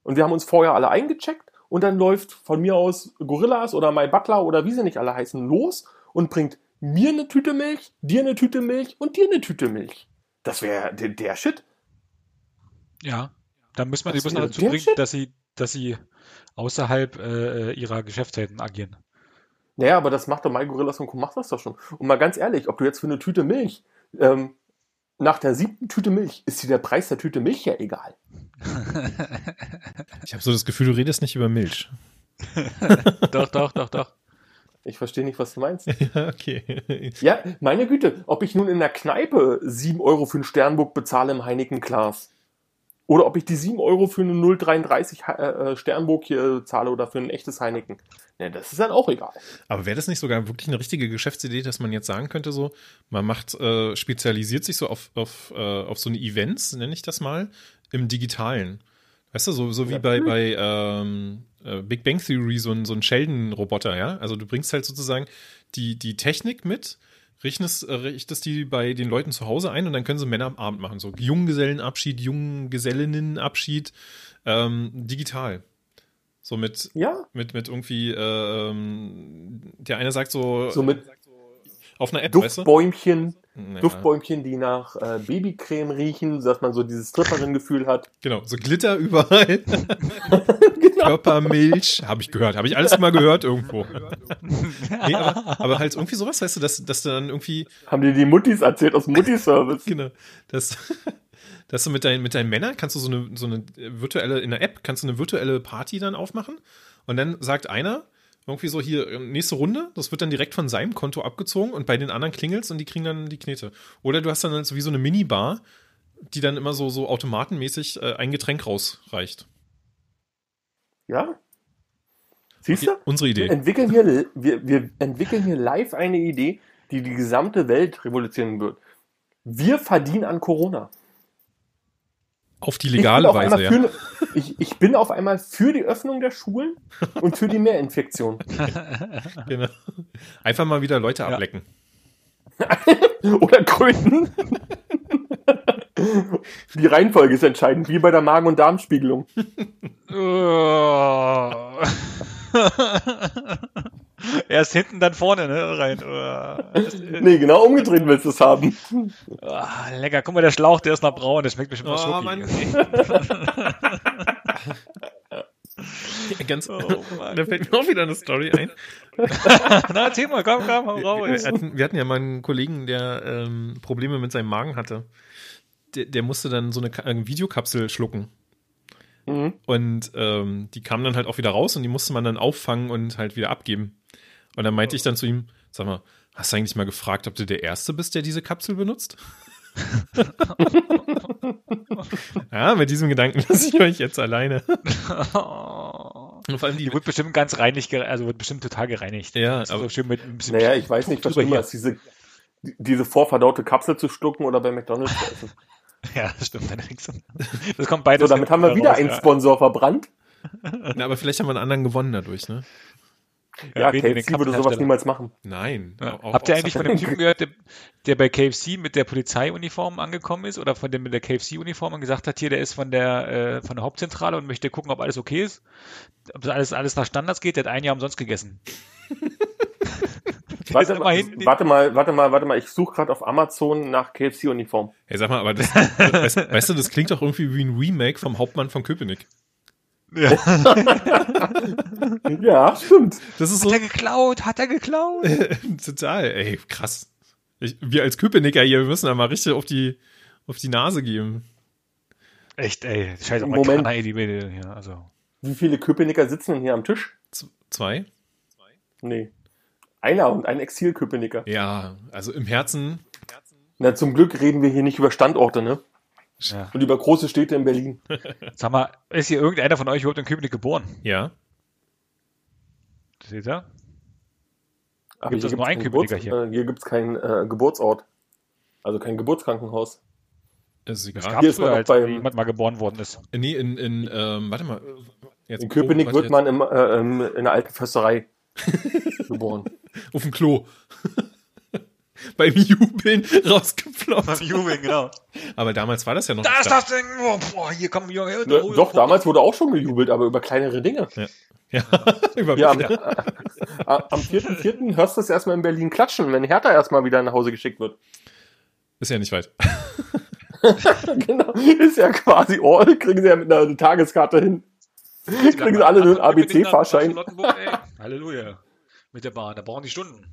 [SPEAKER 3] Und wir haben uns vorher alle eingecheckt und dann läuft von mir aus Gorillas oder My Butler oder wie sie nicht alle heißen los und bringt mir eine Tüte Milch, dir eine Tüte Milch und dir eine Tüte Milch. Das wäre der, der Shit.
[SPEAKER 2] Ja, dann müssen wir
[SPEAKER 3] Das
[SPEAKER 2] sie bloß
[SPEAKER 3] wäre
[SPEAKER 2] noch dazu
[SPEAKER 3] der
[SPEAKER 2] bringen,
[SPEAKER 3] Shit.
[SPEAKER 2] dass sie, dass sie außerhalb äh, ihrer Geschäftszeiten agieren.
[SPEAKER 3] Naja, aber das macht doch My Gorillas und Co. macht das doch schon. Und mal ganz ehrlich, ob du jetzt für eine Tüte Milch, ähm, nach der siebten Tüte Milch ist dir der Preis der Tüte Milch ja egal.
[SPEAKER 1] Ich habe so das Gefühl, du redest nicht über Milch.
[SPEAKER 2] doch, doch, doch, doch.
[SPEAKER 3] Ich verstehe nicht, was du meinst.
[SPEAKER 1] Ja, okay.
[SPEAKER 3] Ja, meine Güte, ob ich nun in der Kneipe 7 Euro für einen Sternburg bezahle im Heineken-Glas oder ob ich die 7 Euro für eine 0,33 He- äh, äh, Sternburg hier zahle oder für ein echtes Heineken, ja, das ist dann auch egal.
[SPEAKER 1] Aber wäre das nicht sogar wirklich eine richtige Geschäftsidee, dass man jetzt sagen könnte, so, man macht, äh, spezialisiert sich so auf, auf, äh, auf so eine Events, nenne ich das mal, im Digitalen. Weißt du, so, so wie bei, bei ähm, äh, Big Bang Theory, so ein, so ein Sheldon-Roboter, ja? Also du bringst halt sozusagen die, die Technik mit, richtest, äh, richtest die bei den Leuten zu Hause ein und dann können sie Männer am Abend machen. So Junggesellenabschied, Junggesellinnenabschied, ähm, digital. So mit,
[SPEAKER 3] Ja,
[SPEAKER 1] mit, mit irgendwie, äh, ähm, der eine sagt so, äh,
[SPEAKER 3] so mit
[SPEAKER 1] auf einer App, weißt du?
[SPEAKER 3] Duftbäumchen,
[SPEAKER 1] Ja,
[SPEAKER 3] Duftbäumchen, die nach äh, Babycreme riechen, dass man so dieses Stripperin-Gefühl hat.
[SPEAKER 1] Genau, so Glitter überall. Genau. Körpermilch, habe ich gehört, habe ich alles mal gehört irgendwo. nee, aber, aber halt irgendwie sowas, weißt du, dass, dass du dann irgendwie,
[SPEAKER 3] Haben dir die Muttis erzählt aus dem Mutti-Service?
[SPEAKER 1] genau, dass, dass du mit, dein, mit deinen Männern kannst du so eine, so eine virtuelle, in der App kannst du eine virtuelle Party dann aufmachen und dann sagt einer, irgendwie so hier, äh, nächste Runde, das wird dann direkt von seinem Konto abgezogen und bei den anderen klingelt's und die kriegen dann die Knete. Oder du hast dann halt so wie so eine Minibar, die dann immer so, so automatenmäßig äh, ein Getränk rausreicht.
[SPEAKER 3] Ja? Siehst
[SPEAKER 1] Die-
[SPEAKER 3] du?
[SPEAKER 1] Unsere
[SPEAKER 3] Wir
[SPEAKER 1] Idee.
[SPEAKER 3] entwickeln, hier, wir, wir entwickeln hier live eine Idee, die die gesamte Welt revolutionieren wird. Wir verdienen an Corona.
[SPEAKER 1] Auf die
[SPEAKER 3] Ich bin
[SPEAKER 1] legale
[SPEAKER 3] auf
[SPEAKER 1] Weise,
[SPEAKER 3] einmal
[SPEAKER 1] ja.
[SPEAKER 3] für, ich, ich bin auf einmal für die Öffnung der Schulen und für die Mehrinfektion.
[SPEAKER 1] Genau. Einfach mal wieder Leute
[SPEAKER 2] Ja.
[SPEAKER 1] ablecken.
[SPEAKER 3] Oder Kröten. Die Reihenfolge ist entscheidend, wie bei der Magen- und Darmspiegelung.
[SPEAKER 2] Erst hinten, dann vorne, ne? Rein. Uah. Das-
[SPEAKER 3] Nee, genau umgedreht willst du es haben.
[SPEAKER 2] Ah, lecker, guck mal, der Schlauch, der ist noch braun, der schmeckt bestimmt nach
[SPEAKER 1] Oh,
[SPEAKER 2] Schoki.
[SPEAKER 1] Mann. Ganz,
[SPEAKER 2] Oh, Mann.
[SPEAKER 1] da fällt mir auch wieder eine Story ein.
[SPEAKER 2] Na, erzähl mal, komm, komm, hau raus.
[SPEAKER 1] Wir hatten, wir hatten ja mal einen Kollegen, der ähm, Probleme mit seinem Magen hatte. Der, der musste dann so eine, Ka- eine Videokapsel schlucken.
[SPEAKER 3] Mhm.
[SPEAKER 1] Und ähm, die kamen dann halt auch wieder raus und die musste man dann auffangen und halt wieder abgeben. Und dann meinte ich dann zu ihm, sag mal, hast du eigentlich mal gefragt, ob du der Erste bist, der diese Kapsel benutzt? ja, mit diesem Gedanken lasse ich euch jetzt alleine.
[SPEAKER 2] Oh.
[SPEAKER 1] Und vor allem die,
[SPEAKER 2] Die wird bestimmt ganz reinig, gere- also wird bestimmt total gereinigt.
[SPEAKER 1] Ja,
[SPEAKER 2] Das ist
[SPEAKER 1] aber-
[SPEAKER 2] so schön mit ein bisschen
[SPEAKER 3] Naja, ich weiß nicht, was
[SPEAKER 2] drüber
[SPEAKER 3] schlimmer ist, diese, diese vorverdaute Kapsel zu schlucken oder bei McDonalds zu essen.
[SPEAKER 2] Ja, das stimmt allerdings. Das kommt beides.
[SPEAKER 3] So, damit haben wir wieder einen Sponsor verbrannt.
[SPEAKER 1] na, aber vielleicht haben wir einen anderen gewonnen dadurch, ne?
[SPEAKER 3] Ja,
[SPEAKER 2] wen- den
[SPEAKER 3] KFC würde sowas
[SPEAKER 2] Kapselhersteller.
[SPEAKER 3] niemals machen.
[SPEAKER 1] Nein.
[SPEAKER 2] Ja.
[SPEAKER 1] Auch-
[SPEAKER 2] Habt ihr
[SPEAKER 1] auch-
[SPEAKER 2] eigentlich Genau, von dem Typen gehört, der, der bei KFC mit der Polizeiuniform angekommen ist oder von dem mit der KFC-Uniform und gesagt hat, hier, der ist von der, äh, von der Hauptzentrale und möchte gucken, ob alles okay ist, ob das alles, alles nach Standards geht? Der hat ein Jahr umsonst gegessen. Der
[SPEAKER 3] Warte
[SPEAKER 2] ist
[SPEAKER 3] mal,
[SPEAKER 2] immerhin-
[SPEAKER 3] warte mal, warte mal, warte mal, ich suche gerade auf Amazon nach KFC-Uniform.
[SPEAKER 1] Ey, sag mal, aber das, weißt, weißt du, das klingt doch irgendwie wie ein Remake vom Hauptmann von Köpenick.
[SPEAKER 2] Ja.
[SPEAKER 3] Ja, stimmt.
[SPEAKER 1] Das ist
[SPEAKER 2] Hat
[SPEAKER 1] so
[SPEAKER 2] er geklaut? Hat er geklaut?
[SPEAKER 1] total, ey, krass. Ich, wir als Köpenicker hier, wir müssen da mal richtig auf die, auf die Nase geben.
[SPEAKER 2] Echt, ey. Scheiße,
[SPEAKER 3] Moment.
[SPEAKER 2] Amerikaner, ey, die Bilder. Ja, also.
[SPEAKER 3] Wie viele Köpenicker sitzen denn hier am Tisch?
[SPEAKER 1] Z zwei?
[SPEAKER 3] Nee. Einer und ein Exil-Köpenicker.
[SPEAKER 1] Ja, also im Herzen.
[SPEAKER 3] Na, zum Glück reden wir hier nicht über Standorte, ne?
[SPEAKER 2] Ja.
[SPEAKER 3] Und über große Städte in Berlin.
[SPEAKER 2] Sag mal, ist hier irgendeiner von euch überhaupt in Köpenick geboren?
[SPEAKER 1] Ja.
[SPEAKER 2] Seht ihr?
[SPEAKER 3] Aber
[SPEAKER 2] Gibt's das nur einen
[SPEAKER 3] keinen
[SPEAKER 2] Köpenicker
[SPEAKER 3] Geburts-
[SPEAKER 2] hier?
[SPEAKER 3] Äh, hier gibt es keinen äh, Geburtsort. Also kein Geburtskrankenhaus.
[SPEAKER 1] Ist
[SPEAKER 2] Das
[SPEAKER 1] egal.
[SPEAKER 2] gab
[SPEAKER 3] Hier
[SPEAKER 2] es
[SPEAKER 3] ist man
[SPEAKER 2] früher,
[SPEAKER 3] noch
[SPEAKER 2] als
[SPEAKER 3] beim-
[SPEAKER 2] jemand mal geboren worden ist.
[SPEAKER 1] Nee, in, in ähm, warte mal. Jetzt,
[SPEAKER 3] In Köpenick
[SPEAKER 1] oh, warte,
[SPEAKER 3] wird man im, äh, im, in der alten Försterei geboren.
[SPEAKER 1] jetzt. Auf dem Klo. Beim Jubeln rausgeploppt.
[SPEAKER 2] Jubeln, genau.
[SPEAKER 1] Aber damals war das ja noch
[SPEAKER 2] Da
[SPEAKER 1] nicht
[SPEAKER 2] ist das Ding! Oh, boah, hier kommen wir. hier-
[SPEAKER 3] Ne,
[SPEAKER 2] oh,
[SPEAKER 3] doch,
[SPEAKER 2] oh.
[SPEAKER 3] damals wurde auch schon gejubelt, aber über kleinere Dinge.
[SPEAKER 1] Ja, über
[SPEAKER 3] Ja, am, äh, am 4.4. hörst du es erstmal in Berlin klatschen, wenn Hertha erstmal wieder nach Hause geschickt wird.
[SPEAKER 1] Ist ja nicht weit.
[SPEAKER 3] genau, ist ja quasi all, kriegen sie ja mit einer Tageskarte hin. Kriegen sie alle einen ABC-Fahrschein.
[SPEAKER 2] Charlottenburg, ey. Halleluja. Mit der Bahn, da brauchen die Stunden.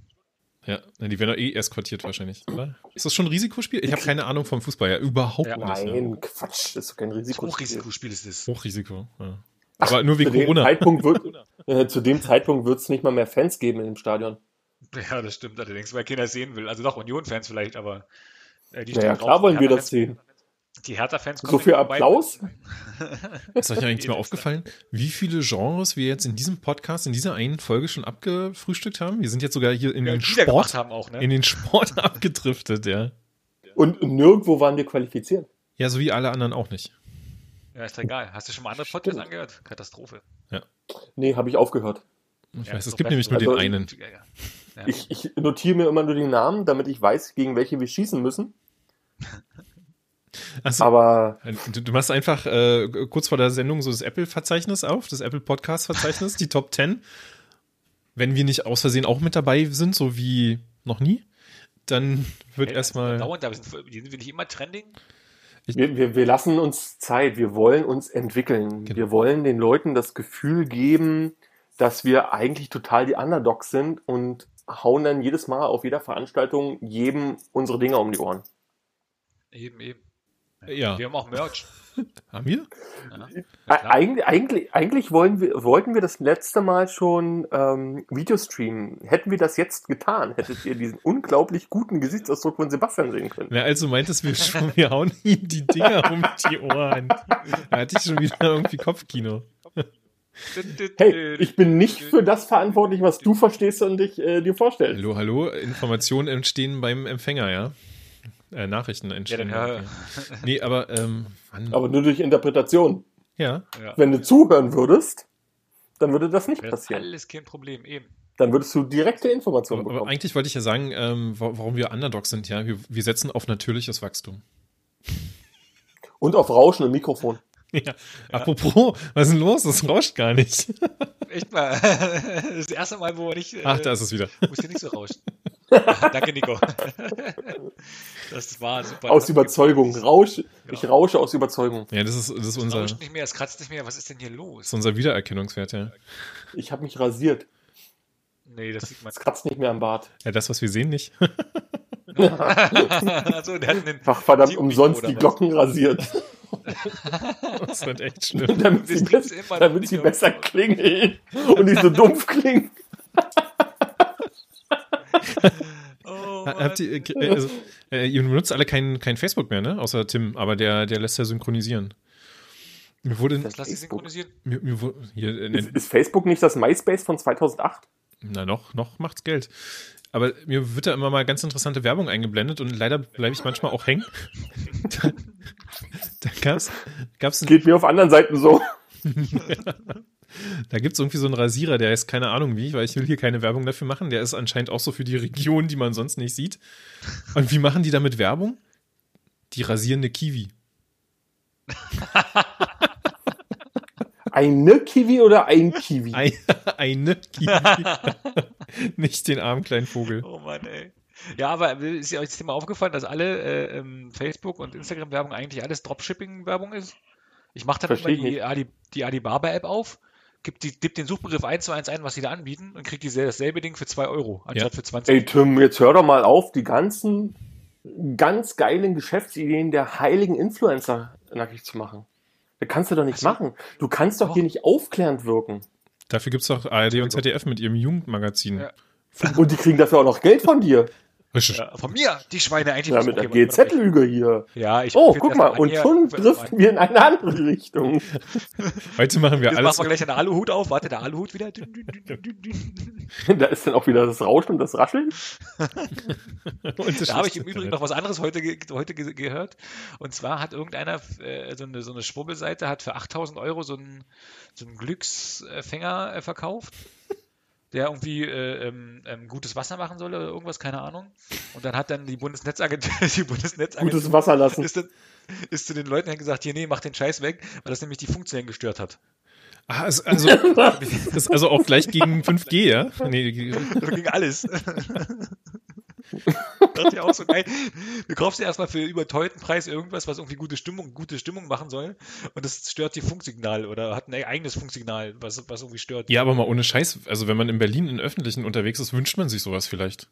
[SPEAKER 1] Ja, na, die werden doch eh erst quartiert wahrscheinlich, oder? Ist das schon ein Risikospiel? Ich habe keine Ahnung vom Fußball, ja, überhaupt
[SPEAKER 2] Ja.
[SPEAKER 1] nicht. Ja.
[SPEAKER 3] Nein, Quatsch, das ist doch kein Risiko.
[SPEAKER 2] Hochrisikospiel ist es.
[SPEAKER 1] Hochrisiko. Ja. Aber nur wegen
[SPEAKER 3] Zu dem
[SPEAKER 2] halt.
[SPEAKER 1] Corona.
[SPEAKER 3] Zeitpunkt wird, äh, zu dem Zeitpunkt wird es nicht mal mehr Fans geben in dem Stadion.
[SPEAKER 2] Ja, das stimmt allerdings, weil keiner es sehen will. Also doch, Union-Fans vielleicht, aber äh, die
[SPEAKER 3] Naja,
[SPEAKER 2] stehen
[SPEAKER 3] klar
[SPEAKER 2] drauf,
[SPEAKER 3] wollen
[SPEAKER 2] die
[SPEAKER 3] wir das
[SPEAKER 2] Hertha-Fans-
[SPEAKER 3] sehen.
[SPEAKER 2] Die Hertha-Fans
[SPEAKER 1] Also
[SPEAKER 3] So viel Applaus?
[SPEAKER 1] Ist euch eigentlich mal aufgefallen, wie viele Genres wir jetzt in diesem Podcast, in dieser einen Folge schon abgefrühstückt haben? Wir sind jetzt sogar hier in
[SPEAKER 2] in
[SPEAKER 1] den
[SPEAKER 2] Sport
[SPEAKER 1] Sport,
[SPEAKER 2] haben auch, ne?
[SPEAKER 1] in den Sport abgedriftet, ja.
[SPEAKER 3] Und nirgendwo waren wir qualifiziert.
[SPEAKER 1] Ja, so wie alle anderen auch nicht.
[SPEAKER 2] Ja, ist doch egal. Hast du schon mal andere Podcasts angehört? Katastrophe.
[SPEAKER 3] Nee, habe ich aufgehört.
[SPEAKER 1] Ich
[SPEAKER 2] Ja,
[SPEAKER 1] weiß, es
[SPEAKER 2] so
[SPEAKER 1] gibt nämlich nur
[SPEAKER 2] besser.
[SPEAKER 1] den
[SPEAKER 3] Also-
[SPEAKER 1] einen.
[SPEAKER 2] Ja, ja. Ja.
[SPEAKER 3] Ich, ich notiere mir immer nur die Namen, damit ich weiß, gegen welche wir schießen müssen.
[SPEAKER 1] Achso,
[SPEAKER 3] Aber
[SPEAKER 1] Du, du machst einfach äh, kurz vor der Sendung so das Apple-Verzeichnis auf, das Apple Podcast-Verzeichnis, die Top 10. Wenn wir nicht aus Versehen auch mit dabei sind, so wie noch nie, dann wird
[SPEAKER 2] Hey,
[SPEAKER 1] erstmal.
[SPEAKER 2] Dauernd, aber sind, sind wir nicht immer trending?
[SPEAKER 3] wir, wir, wir lassen uns Zeit, wir wollen uns entwickeln.
[SPEAKER 1] Genau.
[SPEAKER 3] Wir wollen den Leuten das Gefühl geben, dass wir eigentlich total die Underdogs sind und hauen dann jedes Mal auf jeder Veranstaltung jedem unsere Dinger um die Ohren.
[SPEAKER 2] Eben, eben.
[SPEAKER 1] Ja.
[SPEAKER 2] ne? Wir haben auch Merch.
[SPEAKER 1] Haben wir?
[SPEAKER 2] Ja,
[SPEAKER 3] Eig-
[SPEAKER 2] klar.
[SPEAKER 3] Eigentlich, eigentlich, eigentlich wollen wir, wollten wir das letzte Mal schon ähm, Video streamen. Hätten wir das jetzt getan, hättet ihr diesen unglaublich guten Gesichtsausdruck von Sebastian sehen können.
[SPEAKER 1] Na, also meintest du schon, wir hauen ihm die Dinger um die Ohren. Da hatte ich schon wieder irgendwie Kopfkino.
[SPEAKER 3] Hey, ich bin nicht für das verantwortlich, was du verstehst und dich, äh, dir vorstellst.
[SPEAKER 1] Hallo, hallo, Informationen entstehen beim Empfänger, ja? Äh, Nachrichten
[SPEAKER 2] ja,
[SPEAKER 1] entstehen.
[SPEAKER 2] dann hör.
[SPEAKER 1] Nee, aber, ähm, Mann.
[SPEAKER 3] Aber nur durch Interpretation.
[SPEAKER 1] ja.
[SPEAKER 2] Ja.
[SPEAKER 3] Wenn du zuhören würdest, dann würde das nicht
[SPEAKER 2] Wäre Das ist
[SPEAKER 3] passieren.
[SPEAKER 2] alles kein Problem, eben.
[SPEAKER 3] Dann würdest du direkte Informationen
[SPEAKER 1] Aber, aber
[SPEAKER 3] bekommen.
[SPEAKER 1] eigentlich wollte ich ja sagen, ähm, wa- warum wir Underdogs sind, ja. Wir, wir setzen auf natürliches Wachstum.
[SPEAKER 3] Und auf Rauschen im Mikrofon.
[SPEAKER 1] Ja. Apropos, was ist denn los? Das rauscht gar nicht.
[SPEAKER 2] Echt mal. Das ist das erste Mal, wo wir nicht.
[SPEAKER 1] Ach,
[SPEAKER 2] äh,
[SPEAKER 1] da ist es wieder.
[SPEAKER 2] Muss hier nicht so rauschen. Danke, Nico. Das war super.
[SPEAKER 3] Aus Überzeugung. Rausch, ich
[SPEAKER 2] Genau.
[SPEAKER 3] rausche aus Überzeugung.
[SPEAKER 1] Ja, das ist, das ist,
[SPEAKER 2] Es
[SPEAKER 1] unser, das
[SPEAKER 2] rauscht nicht mehr, es kratzt nicht mehr. Was ist denn hier los?
[SPEAKER 1] ist unser Wiedererkennungswert, ja.
[SPEAKER 3] Ich habe mich rasiert.
[SPEAKER 2] Nee, das sieht man.
[SPEAKER 3] Es kratzt nicht mehr am Bart.
[SPEAKER 1] Ja, das, was wir sehen, nicht.
[SPEAKER 2] also, der hat einen.
[SPEAKER 3] Ach, verdammt,
[SPEAKER 2] Die-
[SPEAKER 3] umsonst
[SPEAKER 2] oder
[SPEAKER 3] die
[SPEAKER 2] was?
[SPEAKER 3] Glocken rasiert.
[SPEAKER 1] Das ist halt echt schlimm.
[SPEAKER 3] damit
[SPEAKER 2] Wir
[SPEAKER 3] sie,
[SPEAKER 2] sind's
[SPEAKER 3] bess-
[SPEAKER 2] immer noch
[SPEAKER 3] damit
[SPEAKER 2] nicht
[SPEAKER 3] sie
[SPEAKER 2] auf-
[SPEAKER 3] besser klingen. Und nicht so dumpf klingen.
[SPEAKER 2] Oh,
[SPEAKER 1] Ha- Habt
[SPEAKER 2] Mann.
[SPEAKER 1] ihr, äh, also, äh, ihr benutzt alle kein, kein Facebook mehr, ne? Außer Tim, aber der, der lässt ja synchronisieren. Mir wurde,
[SPEAKER 2] das lass dich
[SPEAKER 3] Facebook.
[SPEAKER 2] synchronisieren.
[SPEAKER 1] mir, mir wurde hier, äh,
[SPEAKER 3] Ist, ist Facebook nicht das MySpace von 2008?
[SPEAKER 1] na noch, noch macht's Geld. Aber mir wird da immer mal ganz interessante Werbung eingeblendet und leider bleibe ich manchmal auch hängen. da da gab's, gab's ein,
[SPEAKER 3] Geht mir auf anderen Seiten so.
[SPEAKER 1] da gibt's irgendwie so einen Rasierer, der heißt keine Ahnung wie, weil ich will hier keine Werbung dafür machen. Der ist anscheinend auch so für die Region, die man sonst nicht sieht. Und wie machen die damit Werbung? Die rasierende Kiwi.
[SPEAKER 3] Eine Kiwi oder ein Kiwi?
[SPEAKER 1] Ei- Eine Kiwi. Nicht den armen kleinen Vogel.
[SPEAKER 2] Oh Mann, ey. Ja, aber ist euch das Thema aufgefallen, dass alle äh, ähm, Facebook- und Instagram-Werbung eigentlich alles Dropshipping-Werbung ist? Ich mache dann
[SPEAKER 3] Versteh
[SPEAKER 2] immer
[SPEAKER 3] ich
[SPEAKER 2] die,
[SPEAKER 3] nicht.
[SPEAKER 2] Adi, die Alibaba-App auf, gib, die, gib den Suchbegriff 1 zu 1 ein, was sie da anbieten und krieg die, dasselbe Ding für 2 Euro, anstatt für 20
[SPEAKER 3] Ey Tim, jetzt hör doch mal auf, die ganzen ganz geilen Geschäftsideen der heiligen Influencer nackig zu machen. Das kannst du doch nicht machen. Du kannst doch,
[SPEAKER 2] Doch.
[SPEAKER 3] hier nicht aufklärend wirken.
[SPEAKER 1] Dafür gibt's doch ARD und ZDF mit ihrem Jugendmagazin.
[SPEAKER 2] Ja.
[SPEAKER 3] Und die kriegen dafür auch noch Geld von dir.
[SPEAKER 1] Richtig.
[SPEAKER 2] Ja, von mir, die Schweine eigentlich.
[SPEAKER 3] Ja,
[SPEAKER 2] muss
[SPEAKER 3] mit
[SPEAKER 2] auch
[SPEAKER 3] der
[SPEAKER 2] jemand-
[SPEAKER 3] GZ-Lüge hier.
[SPEAKER 2] Ja, ich
[SPEAKER 3] Oh,
[SPEAKER 2] ich-
[SPEAKER 3] guck mal, und
[SPEAKER 2] ja,
[SPEAKER 3] schon
[SPEAKER 2] warte,
[SPEAKER 3] driften wir in eine andere Richtung.
[SPEAKER 1] Heute machen wir
[SPEAKER 2] Jetzt machen
[SPEAKER 1] alles.
[SPEAKER 2] wir gleich einen Aluhut auf. Warte, der Aluhut wieder. Dün, dün, dün, dün, dün, dün.
[SPEAKER 3] Da ist dann auch wieder das Rauschen und das Rascheln.
[SPEAKER 2] Da habe ich im Übrigen noch was anderes heute, ge heute ge gehört. Und zwar hat irgendeiner, äh, so eine, so eine Schwubbelseite, hat für 8000 Euro so einen, so einen Glücksfänger äh, verkauft, der irgendwie äh, ähm, ähm, gutes Wasser machen soll oder irgendwas, keine Ahnung. Und dann hat dann die Bundesnetzagentur, die Bundesnetzagentur
[SPEAKER 3] Gutes Wasser lassen.
[SPEAKER 2] ist, dann, ist zu den Leuten hin gesagt, hier, nee, mach den Scheiß weg, weil das nämlich die Funktion gestört hat.
[SPEAKER 1] Ah, ist also, das ist also auch gleich gegen 5G, ja? Nee, ge-
[SPEAKER 2] Da Also ging alles. Dachte ich auch so, nein, du kaufst dir erstmal für überteuerten Preis irgendwas, was irgendwie gute Stimmung, gute Stimmung machen soll und das stört die Funksignal oder hat ein e- eigenes Funksignal, was, was irgendwie stört.
[SPEAKER 1] ja, aber mal ohne Scheiß. Also, wenn man in Berlin in Öffentlichen unterwegs ist, wünscht man sich sowas vielleicht.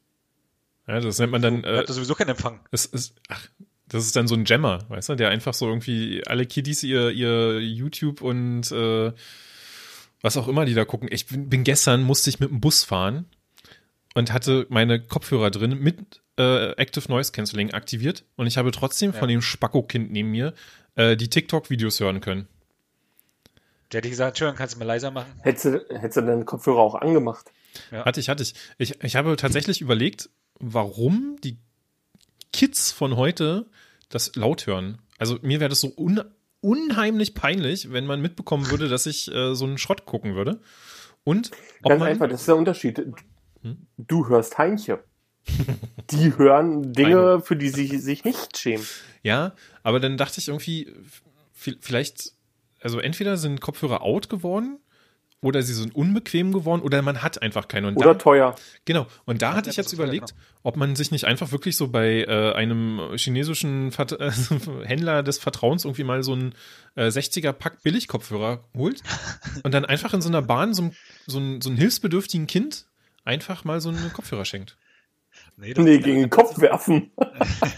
[SPEAKER 1] Ja, das nennt man dann.
[SPEAKER 2] Da
[SPEAKER 1] Äh,
[SPEAKER 2] hat das sowieso keinen Empfang.
[SPEAKER 1] es ist, ach, das ist dann so ein Jammer, weißt du, der einfach so irgendwie alle Kiddies ihr, ihr YouTube und äh, was auch immer die da gucken. Ich bin, bin gestern, musste ich mit dem Bus fahren und hatte meine Kopfhörer drin mit äh, Active Noise Cancelling aktiviert und ich habe trotzdem von dem Spacko-Kind neben mir äh, die TikTok-Videos hören können.
[SPEAKER 2] Der hätte ich gesagt, schön, kannst du mal leiser machen.
[SPEAKER 3] Hättest du, hättest du deine Kopfhörer auch angemacht?
[SPEAKER 1] Hatte ich, hatte ich. ich. Ich habe tatsächlich überlegt, warum die Kids von heute das laut hören. Also mir wäre das so un unheimlich peinlich, wenn man mitbekommen würde, dass ich äh, so einen Schrott gucken würde. Und ob
[SPEAKER 3] Ganz
[SPEAKER 1] man,
[SPEAKER 3] einfach, das ist der Unterschied. Du hörst Heinche. Die hören Dinge, für die sie sich nicht schämen.
[SPEAKER 1] Ja, aber dann dachte ich irgendwie, v- vielleicht, also entweder sind Kopfhörer out geworden oder sie sind unbequem geworden oder man hat einfach keine. Und
[SPEAKER 3] Oder
[SPEAKER 1] da-
[SPEAKER 3] teuer.
[SPEAKER 1] Genau. Und da hatte
[SPEAKER 2] ja,
[SPEAKER 1] ich jetzt
[SPEAKER 2] das ist ja
[SPEAKER 1] überlegt, ob man sich nicht einfach wirklich so bei äh, einem chinesischen Vert also Händler des Vertrauens irgendwie mal so einen äh, 60er-Pack Billigkopfhörer holt und dann einfach in so einer Bahn so, einem- so, ein, so einem hilfsbedürftigen Kind einfach mal so einen Kopfhörer schenkt.
[SPEAKER 2] Nee, das
[SPEAKER 3] Nee,
[SPEAKER 2] ist-
[SPEAKER 3] gegen den Kopf werfen.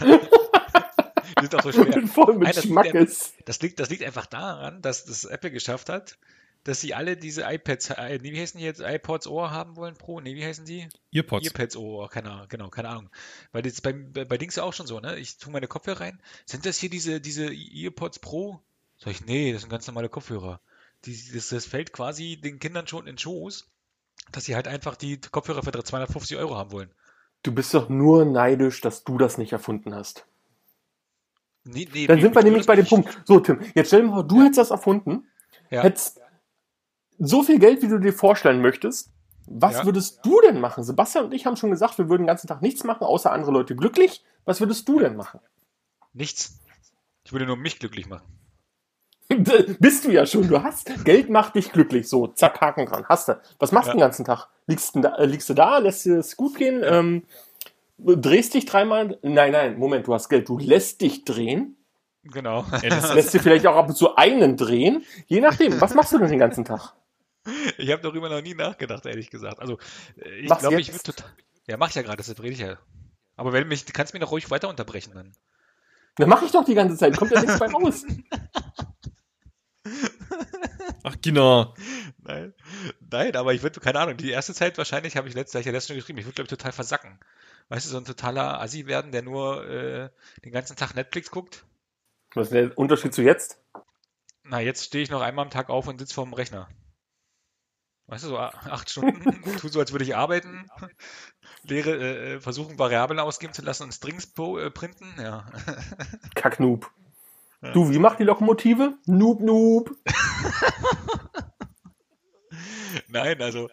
[SPEAKER 2] die sind auch so schwer.
[SPEAKER 3] voll mit
[SPEAKER 2] Nein, das-
[SPEAKER 3] Schmackes.
[SPEAKER 2] Das liegt, das liegt einfach daran, dass das Apple geschafft hat, dass sie alle diese iPads, äh, nee, wie heißen die jetzt, iPods Ohr haben wollen Pro? Nee, wie heißen die?
[SPEAKER 1] Earpods.
[SPEAKER 2] Earpads Ohr, keine Ahnung, genau, keine Ahnung. Weil das bei, bei, bei Dings ja auch schon so, ne? Ich tue meine Kopfhörer rein. Sind das hier diese, diese Earpods Pro? Sag ich, nee, das sind ganz normale Kopfhörer. Die, das, das fällt quasi den Kindern schon in den Schoß, dass sie halt einfach die Kopfhörer für 250 Euro haben wollen.
[SPEAKER 3] Du bist doch nur neidisch, dass du das nicht erfunden hast.
[SPEAKER 2] Nee, nee,
[SPEAKER 3] Dann
[SPEAKER 2] nee,
[SPEAKER 3] sind wir
[SPEAKER 2] ich-
[SPEAKER 3] nämlich bei dem Punkt. So, Tim, jetzt stell dir mal vor, du hättest das erfunden,
[SPEAKER 2] Ja.
[SPEAKER 3] hättest so viel Geld, wie du dir vorstellen möchtest. Was
[SPEAKER 2] Ja.
[SPEAKER 3] würdest du denn machen? Sebastian und ich haben schon gesagt, wir würden den ganzen Tag nichts machen, außer andere Leute glücklich. Was würdest du denn machen?
[SPEAKER 2] Nichts. Ich würde nur mich glücklich machen.
[SPEAKER 3] Bist du ja schon, du hast. Geld macht dich glücklich. So, zack, Haken dran. Hast du. Was machst du
[SPEAKER 2] Ja.
[SPEAKER 3] den ganzen Tag? Liegst, denn da, äh, liegst du da, lässt dir es gut gehen, ähm, drehst dich dreimal. Nein, nein, Moment, du hast Geld. Du lässt dich drehen.
[SPEAKER 2] Genau.
[SPEAKER 3] Lässt dir vielleicht auch ab und zu einen drehen. Je nachdem, was machst du denn den ganzen Tag?
[SPEAKER 2] Ich habe darüber noch nie nachgedacht, ehrlich gesagt. Also, äh, ich
[SPEAKER 3] Mach's
[SPEAKER 2] glaube, ich würde
[SPEAKER 3] jetzt.
[SPEAKER 2] total. Ja, mach ich ja gerade, deshalb rede ich ja. Aber wenn mich, du kannst mich noch ruhig weiter unterbrechen dann.
[SPEAKER 3] Dann mache ich doch die ganze Zeit. Kommt ja nichts bei raus.
[SPEAKER 1] Ach, genau.
[SPEAKER 2] Nein, nein, aber ich würde, keine Ahnung, die erste Zeit wahrscheinlich habe ich letztes, hab ich ja letztes schon geschrieben, ich würde, glaube ich, total versacken. Weißt du, so ein totaler Assi werden, der nur äh, den ganzen Tag Netflix guckt.
[SPEAKER 3] Was ist der Unterschied zu jetzt?
[SPEAKER 2] Na, jetzt stehe ich noch einmal am Tag auf und sitze vorm Rechner. Weißt du, so a- acht Stunden, tu so, als würde ich arbeiten, Lehre, äh, äh, versuchen, Variablen ausgeben zu lassen und Strings po- äh, printen, ja.
[SPEAKER 3] Kacknoob. Du, wie macht die Lokomotive? Noob, noob.
[SPEAKER 2] Nein, also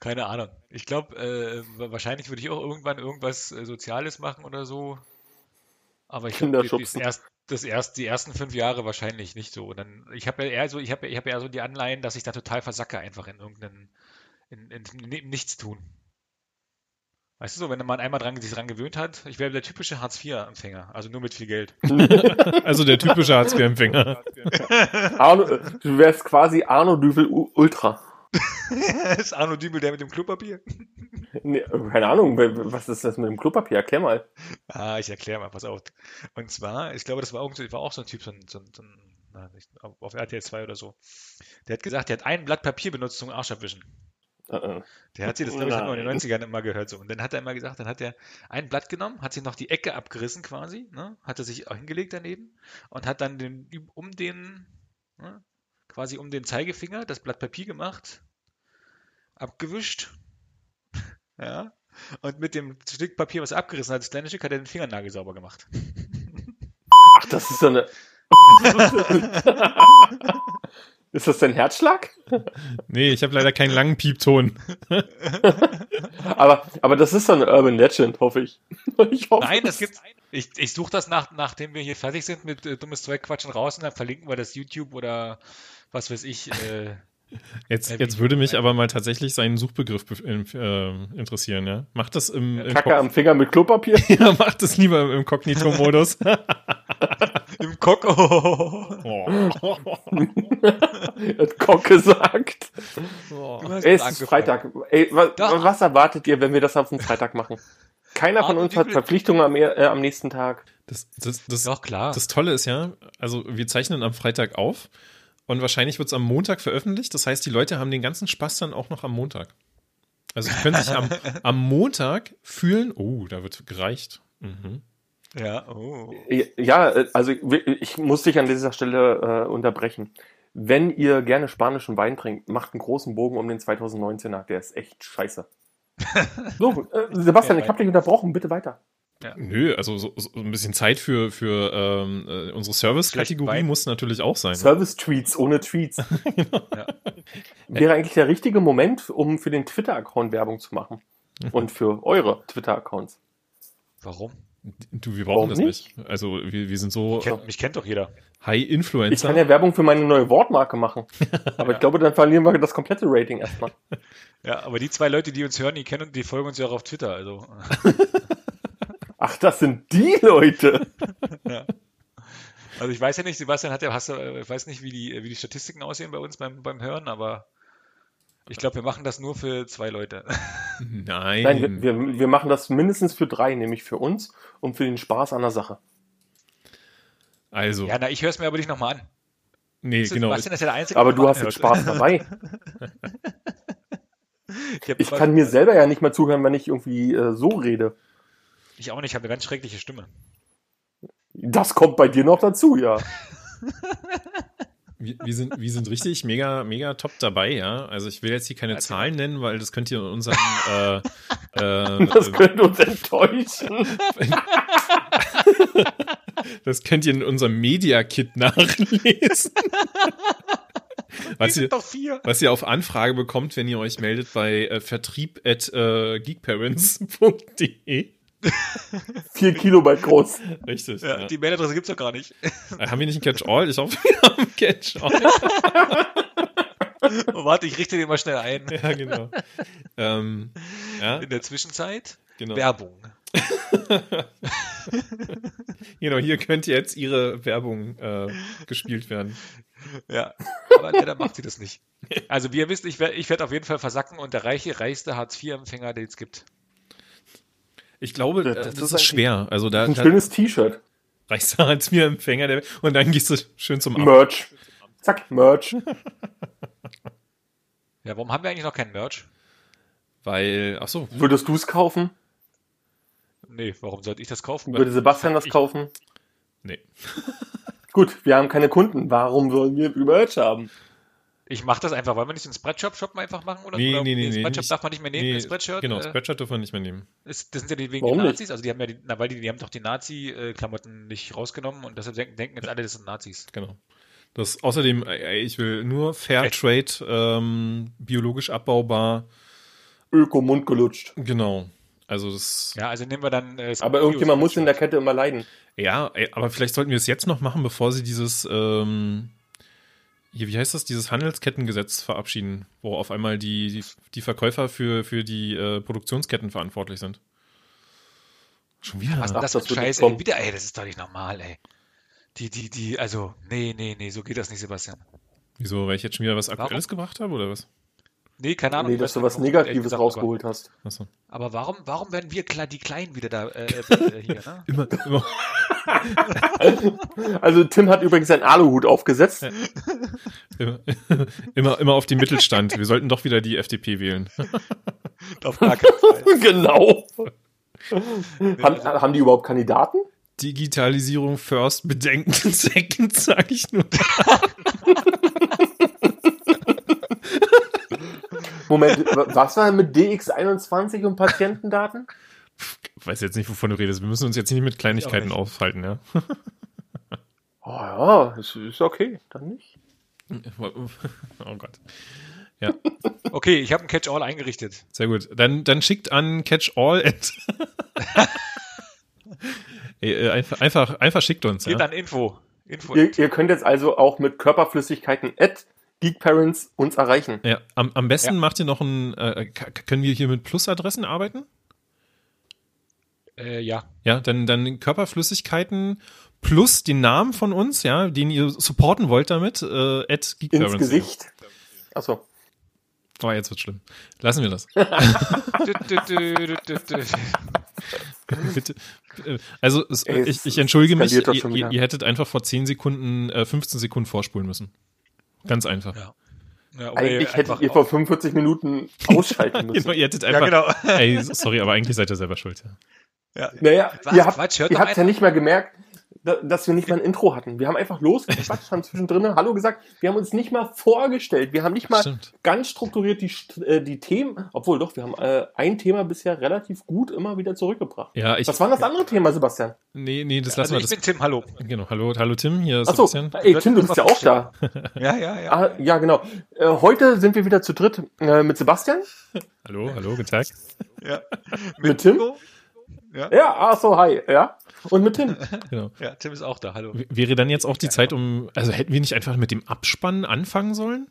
[SPEAKER 2] keine Ahnung. Ich glaube, äh, wa- wahrscheinlich würde ich auch irgendwann irgendwas äh, Soziales machen oder so. Aber ich
[SPEAKER 3] Kinder
[SPEAKER 2] glaube, das
[SPEAKER 3] schubsen.
[SPEAKER 2] erst, das erst, die ersten fünf Jahre wahrscheinlich nicht so. Und dann, ich habe ja eher so, ich habe, ich habe ja so die Anleihen, dass ich da total versacke einfach in irgendeinen, in, in, in Nichtstun. Weißt du so, wenn man einmal dran, sich dran gewöhnt hat, ich wäre der typische Hartz-IV-Empfänger, also nur mit viel Geld.
[SPEAKER 1] Also der typische Hartz-IV-Empfänger.
[SPEAKER 3] Arno, äh, du wärst quasi Arno Düvel U- Ultra.
[SPEAKER 2] Das ist Arno Dübel, der mit dem Klopapier.
[SPEAKER 3] Nee, keine Ahnung, wer- was ist das mit dem Klopapier? Erklär mal.
[SPEAKER 2] Ah, ich erkläre mal, pass auf. Und zwar, ich glaube, das war, irgend so, war auch so ein Typ, so ein, so ein, so ein na, nicht, auf auf RTL 2 oder so. Der hat gesagt, der hat ein Blatt Papier benutzt zum Arsch abwischen.
[SPEAKER 3] Äh,
[SPEAKER 2] Der hat sich das, glaube ich, hat man in
[SPEAKER 3] Nein.
[SPEAKER 2] den 90ern immer gehört. So. Und dann hat er immer gesagt, dann hat er ein Blatt genommen, hat sich noch die Ecke abgerissen quasi, ne? hat er sich auch hingelegt daneben und hat dann den, üb- um den, ne? quasi um den Zeigefinger das Blatt Papier gemacht, abgewischt, ja, und mit dem Stück Papier, was er abgerissen hat, das kleine Stück, hat er den Fingernagel sauber gemacht.
[SPEAKER 3] Ach, das ist so eine. ist das dein Herzschlag?
[SPEAKER 1] Nee, ich habe leider keinen langen Piepton.
[SPEAKER 3] Aber, aber das ist so eine Urban Legend, hoffe ich. ich hoffe,
[SPEAKER 2] Nein, das
[SPEAKER 3] dass-
[SPEAKER 2] gibt's. Ich, ich suche das nach, nachdem wir hier fertig sind mit äh, dummes Zeug quatschen raus und dann verlinken wir das YouTube oder was weiß ich. Äh,
[SPEAKER 1] Jetzt, jetzt würde mich aber mal tatsächlich seinen Suchbegriff bef- in, äh, interessieren, ja. Macht das im, im
[SPEAKER 3] Kacke
[SPEAKER 1] Ko-
[SPEAKER 3] am Finger mit Klopapier.
[SPEAKER 1] ja, macht das lieber im, im Kognito-Modus.
[SPEAKER 2] Im Cock. Oh.
[SPEAKER 3] Hat Kock gesagt.
[SPEAKER 2] Du hast
[SPEAKER 3] Ey,
[SPEAKER 2] es
[SPEAKER 3] es ist
[SPEAKER 2] angefangen.
[SPEAKER 3] Freitag. Ey, was,
[SPEAKER 2] Doch.
[SPEAKER 3] was erwartet ihr, wenn wir das auf den Freitag machen? Keiner von
[SPEAKER 2] Ah,
[SPEAKER 3] uns hat
[SPEAKER 2] Dübel.
[SPEAKER 3] Verpflichtungen am, äh, am nächsten Tag.
[SPEAKER 1] Das, das, das,
[SPEAKER 2] Doch, klar.
[SPEAKER 1] Das Tolle ist ja, also wir zeichnen am Freitag auf und wahrscheinlich wird es am Montag veröffentlicht. Das heißt, die Leute haben den ganzen Spaß dann auch noch am Montag. Also sie können sich am, am Montag fühlen, oh, da wird gereicht. Mhm.
[SPEAKER 2] ja, oh.
[SPEAKER 3] Ja, äh, also wir- ich muss dich an dieser Stelle äh, unterbrechen. Wenn ihr gerne spanischen Wein trinkt, macht einen großen Bogen um den 2019er. Der ist echt scheiße. So, äh, Sebastian, ich habe dich unterbrochen. Bitte weiter.
[SPEAKER 1] Nö, also so, so ein bisschen Zeit für, für ähm, äh, unsere Service-Kategorie
[SPEAKER 2] Vielleicht
[SPEAKER 1] muss natürlich auch sein.
[SPEAKER 3] Service-Tweets ohne Tweets. Wäre eigentlich der richtige Moment, um für den Twitter-Account Werbung zu machen. Und für eure Twitter-Accounts.
[SPEAKER 2] Warum?
[SPEAKER 1] Du, wir brauchen
[SPEAKER 3] Warum
[SPEAKER 1] das nicht. Also wir, wir sind
[SPEAKER 3] Oh.
[SPEAKER 1] so
[SPEAKER 2] Kennt, mich kennt doch jeder.
[SPEAKER 3] Ich kann
[SPEAKER 1] High-Influencer.
[SPEAKER 3] ja Werbung für meine neue Wortmarke machen. Aber ich glaube, dann verlieren wir das komplette Rating erstmal.
[SPEAKER 2] Ja, aber die zwei Leute, die uns hören, die kennen und die folgen uns ja auch auf Twitter. Also,
[SPEAKER 3] Ach, das sind die Leute.
[SPEAKER 2] also ich weiß ja nicht, Sebastian hat ja, hast du, äh, ich weiß nicht, wie die, wie die Statistiken aussehen bei uns beim, beim Hören, aber ich glaube, wir machen das nur für zwei Leute.
[SPEAKER 1] Nein.
[SPEAKER 3] Nein, wir, wir, wir machen das mindestens für drei, nämlich für uns und für den Spaß an der Sache.
[SPEAKER 1] Also,
[SPEAKER 2] Ja, na, ich höre es mir aber nicht nochmal an.
[SPEAKER 1] nee,
[SPEAKER 2] Ist das-
[SPEAKER 1] genau.
[SPEAKER 2] Sebastian ist ja der Einzige.
[SPEAKER 3] Aber du hast den
[SPEAKER 1] hört.
[SPEAKER 3] Spaß dabei.
[SPEAKER 2] Ich, hab
[SPEAKER 3] Ich
[SPEAKER 2] immer-
[SPEAKER 3] kann mir selber ja nicht mehr zuhören, wenn ich irgendwie äh, so rede.
[SPEAKER 2] Ich auch nicht, ich habe eine ganz schreckliche Stimme.
[SPEAKER 3] Das kommt bei dir noch dazu, ja.
[SPEAKER 1] Wir, wir, sind, wir sind richtig mega, mega top dabei, ja. Also ich will jetzt hier keine Zahlen nennen, weil das könnt ihr in unserem äh, äh,
[SPEAKER 3] Das könnte uns enttäuschen.
[SPEAKER 1] das könnt ihr in unserem Media-Kit nachlesen.
[SPEAKER 2] Wir
[SPEAKER 1] was, ihr,
[SPEAKER 2] sind doch vier.
[SPEAKER 1] was ihr auf Anfrage bekommt, wenn ihr euch meldet bei äh, vertrieb at äh, geekparents.de.
[SPEAKER 3] Vier Kilobyte groß.
[SPEAKER 1] Richtig.
[SPEAKER 2] Ja,
[SPEAKER 1] Ja, Äh,
[SPEAKER 2] Die Mailadresse gibt's doch gar nicht.
[SPEAKER 1] Haben wir nicht ein Catch-all? Ich hoffe, wir haben ein Catch-all.
[SPEAKER 2] Oh, warte, ich richte den mal schnell ein.
[SPEAKER 1] Ja, genau. ähm, ja,
[SPEAKER 2] In der Zwischenzeit
[SPEAKER 1] genau.
[SPEAKER 2] Werbung.
[SPEAKER 1] Genau, hier könnte jetzt ihre Werbung äh, gespielt werden.
[SPEAKER 2] Ja, aber leider macht sie das nicht. Also wie ihr wisst, ich werde ich werd auf jeden Fall versacken und der reiche, reichste Hartz-IV-Empfänger, den es gibt.
[SPEAKER 1] Ich glaube,
[SPEAKER 3] Das-
[SPEAKER 1] äh, das,
[SPEAKER 3] das
[SPEAKER 1] ist,
[SPEAKER 3] ist
[SPEAKER 1] schwer. Also da,
[SPEAKER 3] Ein
[SPEAKER 1] da
[SPEAKER 3] schönes T-Shirt.
[SPEAKER 1] reichst du als mir Empfänger der und dann gehst du schön zum Amt.
[SPEAKER 3] Merch. Zack, Merch.
[SPEAKER 2] Ja, warum haben wir eigentlich noch kein Merch?
[SPEAKER 1] Weil, ach so,
[SPEAKER 3] Würdest du es kaufen?
[SPEAKER 2] Nee, warum sollte ich das kaufen?
[SPEAKER 3] Würde Sebastian das
[SPEAKER 2] Ich-
[SPEAKER 3] kaufen?
[SPEAKER 1] nee.
[SPEAKER 3] Gut, wir haben keine Kunden. Warum sollen wir Merch haben?
[SPEAKER 2] Ich mache das einfach. Wollen wir nicht den Spreadshop-Shop einfach machen? Oder,
[SPEAKER 1] Nee,
[SPEAKER 2] oder
[SPEAKER 1] nee, nee,
[SPEAKER 2] Den
[SPEAKER 1] nee,
[SPEAKER 2] Spreadshop
[SPEAKER 1] nicht-
[SPEAKER 2] darf man nicht mehr nehmen.
[SPEAKER 1] nee
[SPEAKER 2] den Spreadshirt,
[SPEAKER 1] genau,
[SPEAKER 2] äh,
[SPEAKER 1] Spreadshirt dürfen wir nicht mehr nehmen.
[SPEAKER 2] ist, das sind ja die wegen
[SPEAKER 3] Warum
[SPEAKER 2] den
[SPEAKER 3] nicht?
[SPEAKER 2] Nazis. Also die haben ja, die, na, weil die, die haben doch die Nazi-Klamotten nicht rausgenommen und deshalb denken, denken jetzt alle, das sind Nazis.
[SPEAKER 1] Genau. Das, außerdem, äh, ich will nur Fair Trade, ähm, biologisch abbaubar.
[SPEAKER 3] Öko Mund gelutscht.
[SPEAKER 1] Genau. Also das,
[SPEAKER 2] Ja, also nehmen wir dann. Äh,
[SPEAKER 3] Aber irgendjemand muss in der Kette immer leiden.
[SPEAKER 1] ja, ey, aber vielleicht sollten wir es jetzt noch machen, bevor sie dieses, ähm, hier, wie heißt das, dieses Handelskettengesetz verabschieden, wo auf einmal die, die, die Verkäufer für, für die äh, Produktionsketten verantwortlich sind. Schon wieder.
[SPEAKER 2] Was
[SPEAKER 3] Ach,
[SPEAKER 2] das
[SPEAKER 3] das
[SPEAKER 2] für
[SPEAKER 3] wird nicht
[SPEAKER 2] Scheiße, ey,
[SPEAKER 3] kommen.
[SPEAKER 2] wieder, ey, das ist doch nicht normal, ey. Die, die, die, also, nee, nee, nee, so geht das nicht, Sebastian.
[SPEAKER 1] Wieso, weil ich jetzt schon wieder was Aktuelles gebracht habe oder was?
[SPEAKER 2] Nee, keine Ahnung.
[SPEAKER 3] Nee,
[SPEAKER 2] ich
[SPEAKER 3] dass
[SPEAKER 2] weiß
[SPEAKER 3] du
[SPEAKER 2] nicht,
[SPEAKER 3] was
[SPEAKER 2] warum, ehrlich
[SPEAKER 3] Negatives
[SPEAKER 2] gesagt,
[SPEAKER 3] rausgeholt hast.
[SPEAKER 1] Achso.
[SPEAKER 2] Aber, aber warum, warum werden wir klar die Kleinen wieder da, äh, äh, hier, ne?
[SPEAKER 1] Immer, immer.
[SPEAKER 3] Also Tim hat übrigens seinen Aluhut aufgesetzt.
[SPEAKER 1] Immer, immer, immer auf den Mittelstand. Wir sollten doch wieder die FDP wählen.
[SPEAKER 2] Auf gar keinen Fall.
[SPEAKER 3] genau. haben, haben die überhaupt Kandidaten?
[SPEAKER 1] Digitalisierung first, Bedenken second, sage ich nur.
[SPEAKER 3] Moment, was war denn mit DX21 und Patientendaten?
[SPEAKER 1] Ich weiß jetzt nicht, wovon du redest. Wir müssen uns jetzt nicht mit Kleinigkeiten
[SPEAKER 2] Ich
[SPEAKER 1] aufhalten, ja.
[SPEAKER 3] Oh ja, ist, ist okay, dann nicht.
[SPEAKER 1] Oh Gott.
[SPEAKER 2] Okay, ich habe ein Catch-all eingerichtet.
[SPEAKER 1] Sehr gut. Dann, dann schickt an catchall at. Ey, äh, einfach, einfach, einfach schickt uns.
[SPEAKER 2] Geht
[SPEAKER 1] Ja.
[SPEAKER 2] an Info. Info.
[SPEAKER 3] Ihr, ihr könnt jetzt also auch mit Körperflüssigkeiten at Geekparents uns erreichen.
[SPEAKER 1] Ja, am, am besten
[SPEAKER 2] Ja.
[SPEAKER 1] macht ihr noch ein. Äh, k- können wir hier mit Plusadressen arbeiten?
[SPEAKER 2] Äh, ja.
[SPEAKER 1] Ja, dann, dann Körperflüssigkeiten plus den Namen von uns, ja, den ihr supporten wollt damit, äh, at
[SPEAKER 3] Ins
[SPEAKER 1] geekparents.de.
[SPEAKER 3] Gesicht. Achso.
[SPEAKER 1] Oh, jetzt wird's schlimm. Lassen wir das.
[SPEAKER 2] Dü, dü, dü, dü, dü, dü.
[SPEAKER 1] Bitte. Äh, Also, es,
[SPEAKER 3] Ey,
[SPEAKER 1] ich,
[SPEAKER 3] es
[SPEAKER 1] ich entschuldige mich,
[SPEAKER 3] skaliert
[SPEAKER 1] ihr,
[SPEAKER 3] doch schon
[SPEAKER 1] ihr,
[SPEAKER 3] wieder.
[SPEAKER 1] ihr hättet einfach vor 10 Sekunden, äh, 15 Sekunden vorspulen müssen. Ganz einfach.
[SPEAKER 2] Ja. Ja, oder
[SPEAKER 3] Eigentlich
[SPEAKER 2] einfach
[SPEAKER 3] hättet ihr
[SPEAKER 2] auch-
[SPEAKER 3] vor 45 Minuten ausschalten müssen.
[SPEAKER 1] Genau, ihr hättet
[SPEAKER 2] Ja,
[SPEAKER 1] einfach,
[SPEAKER 2] genau.
[SPEAKER 1] ey, sorry, aber eigentlich seid ihr selber schuld. Ja.
[SPEAKER 3] Naja,
[SPEAKER 2] Was?
[SPEAKER 3] ihr habt,
[SPEAKER 2] Quatsch, hört
[SPEAKER 3] ihr
[SPEAKER 2] doch
[SPEAKER 3] habt ja nicht mal gemerkt, da- dass wir nicht mal ein Intro hatten. Wir haben einfach losgequatscht, haben zwischendrin Hallo gesagt. Wir haben uns nicht mal vorgestellt. Wir haben nicht mal
[SPEAKER 1] Stimmt.
[SPEAKER 3] ganz strukturiert die, St- äh, die Themen, obwohl doch, wir haben äh, ein Thema bisher relativ gut immer wieder zurückgebracht.
[SPEAKER 1] Ja, ich,
[SPEAKER 3] Was war denn das andere Thema, Sebastian?
[SPEAKER 1] nee, nee, das
[SPEAKER 2] Also
[SPEAKER 1] lassen
[SPEAKER 2] ich bin Tim, hallo.
[SPEAKER 1] wir das. Genau, hallo, hallo Tim, hier ist
[SPEAKER 3] Achso,
[SPEAKER 1] Sebastian.
[SPEAKER 3] ey Tim, du bist ja auch da.
[SPEAKER 2] Ja, ja, ja.
[SPEAKER 3] Ah, ja, genau. Äh, heute sind wir wieder zu dritt äh, mit Sebastian.
[SPEAKER 1] Hallo, hallo, guten Tag.
[SPEAKER 2] ja.
[SPEAKER 3] Mit Tim?
[SPEAKER 2] Ingo? Ja.
[SPEAKER 3] Ja, ach Ah, so, hi. Ja. Und mit Tim.
[SPEAKER 1] Genau.
[SPEAKER 2] ja, Tim ist auch da, hallo.
[SPEAKER 1] W- Wäre dann jetzt auch die Zeit, um, also hätten wir nicht einfach mit dem Abspann anfangen sollen?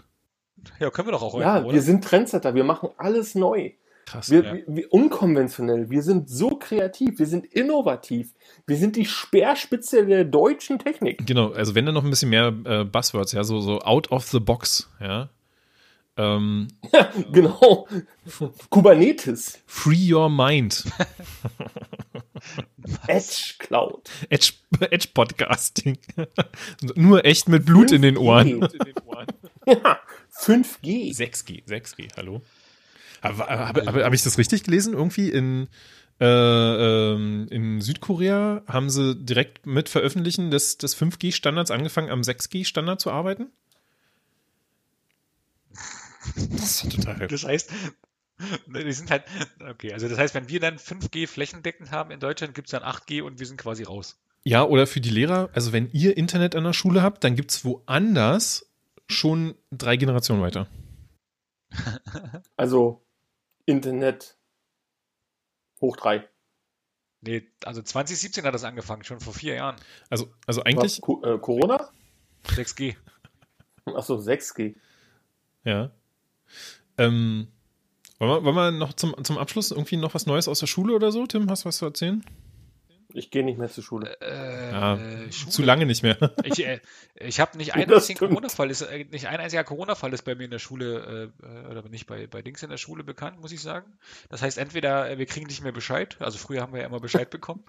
[SPEAKER 2] Ja, können wir doch auch heute,
[SPEAKER 3] Ja,
[SPEAKER 2] oder?
[SPEAKER 3] wir sind Trendsetter. Wir machen alles neu.
[SPEAKER 1] Krass.
[SPEAKER 3] Wir,
[SPEAKER 1] ja.
[SPEAKER 3] wir, wir unkonventionell, wir sind so kreativ, wir sind innovativ, wir sind die Speerspitze der deutschen Technik.
[SPEAKER 1] Genau, also wenn dann noch ein bisschen mehr äh, Buzzwords, ja, so, so out of the box, ja. Ähm,
[SPEAKER 3] Genau. Kubernetes,
[SPEAKER 1] free your mind.
[SPEAKER 3] Edge Cloud,
[SPEAKER 1] Edge, über Edge-Podcasting. Nur echt mit Blut in den Ohren.
[SPEAKER 3] 5G.
[SPEAKER 1] 6G, 6G, hallo. Habe hab, hab, hab ich das richtig gelesen? Irgendwie in, äh, ähm, in Südkorea haben sie direkt mit Veröffentlichen des, des 5G-Standards angefangen, am 6G-Standard zu arbeiten? Das ist total
[SPEAKER 2] Das heißt, die sind halt, okay, also das heißt, wenn wir dann 5G flächendeckend haben in Deutschland, gibt es dann 8G und wir sind quasi raus.
[SPEAKER 1] Ja, oder für die Lehrer, also wenn ihr Internet an der Schule habt, dann gibt's woanders schon drei Generationen weiter.
[SPEAKER 3] Also Internet hoch drei.
[SPEAKER 2] Nee, also 2017 hat das angefangen, schon vor vier Jahren.
[SPEAKER 1] Also, also
[SPEAKER 3] Was?
[SPEAKER 1] eigentlich,
[SPEAKER 3] Co äh, Corona?
[SPEAKER 2] 6G.
[SPEAKER 3] Achso, 6G.
[SPEAKER 1] ja. Ähm, wollen, wir, wollen wir noch zum, zum Abschluss irgendwie noch was Neues aus der Schule oder so? Tim, hast du was zu erzählen?
[SPEAKER 3] Ich gehe nicht mehr zur Schule.
[SPEAKER 2] Äh,
[SPEAKER 1] Ja,
[SPEAKER 2] Schule.
[SPEAKER 1] Zu lange nicht mehr.
[SPEAKER 2] Ich, äh, ich habe nicht einen
[SPEAKER 3] Das
[SPEAKER 2] einzigen
[SPEAKER 3] stimmt.
[SPEAKER 2] Corona-Fall, ist äh, nicht ein einziger Corona-Fall ist bei mir in der Schule äh, äh, oder nicht bei, bei Dings in der Schule bekannt, muss ich sagen. Das heißt, entweder äh, wir kriegen nicht mehr Bescheid, also früher haben wir ja immer Bescheid bekommen,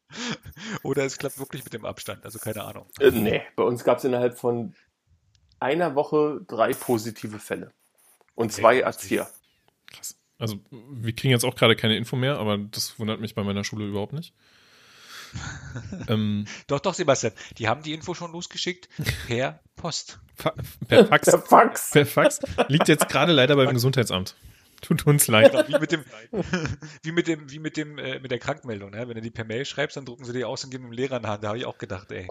[SPEAKER 2] oder es klappt wirklich mit dem Abstand, also keine Ahnung.
[SPEAKER 3] Äh, nee, bei uns gab es innerhalb von einer Woche drei positive Fälle. Und zwei Erzieher.
[SPEAKER 1] Krass. Also, wir kriegen jetzt auch gerade keine Info mehr, aber das wundert mich bei meiner Schule überhaupt nicht. ähm,
[SPEAKER 2] Doch, doch, Sebastian, die haben die Info schon losgeschickt per Post.
[SPEAKER 1] fa per Fax.
[SPEAKER 3] Der Fax.
[SPEAKER 1] Per Fax. Liegt jetzt gerade leider beim Gesundheitsamt. Tut uns leid.
[SPEAKER 2] Wie mit dem, wie mit dem, wie mit dem, äh, mit der Krankmeldung, ne? Wenn du die per Mail schreibst, dann drucken sie die aus und geben dem Lehrer in die Hand. Da habe ich auch gedacht, ey.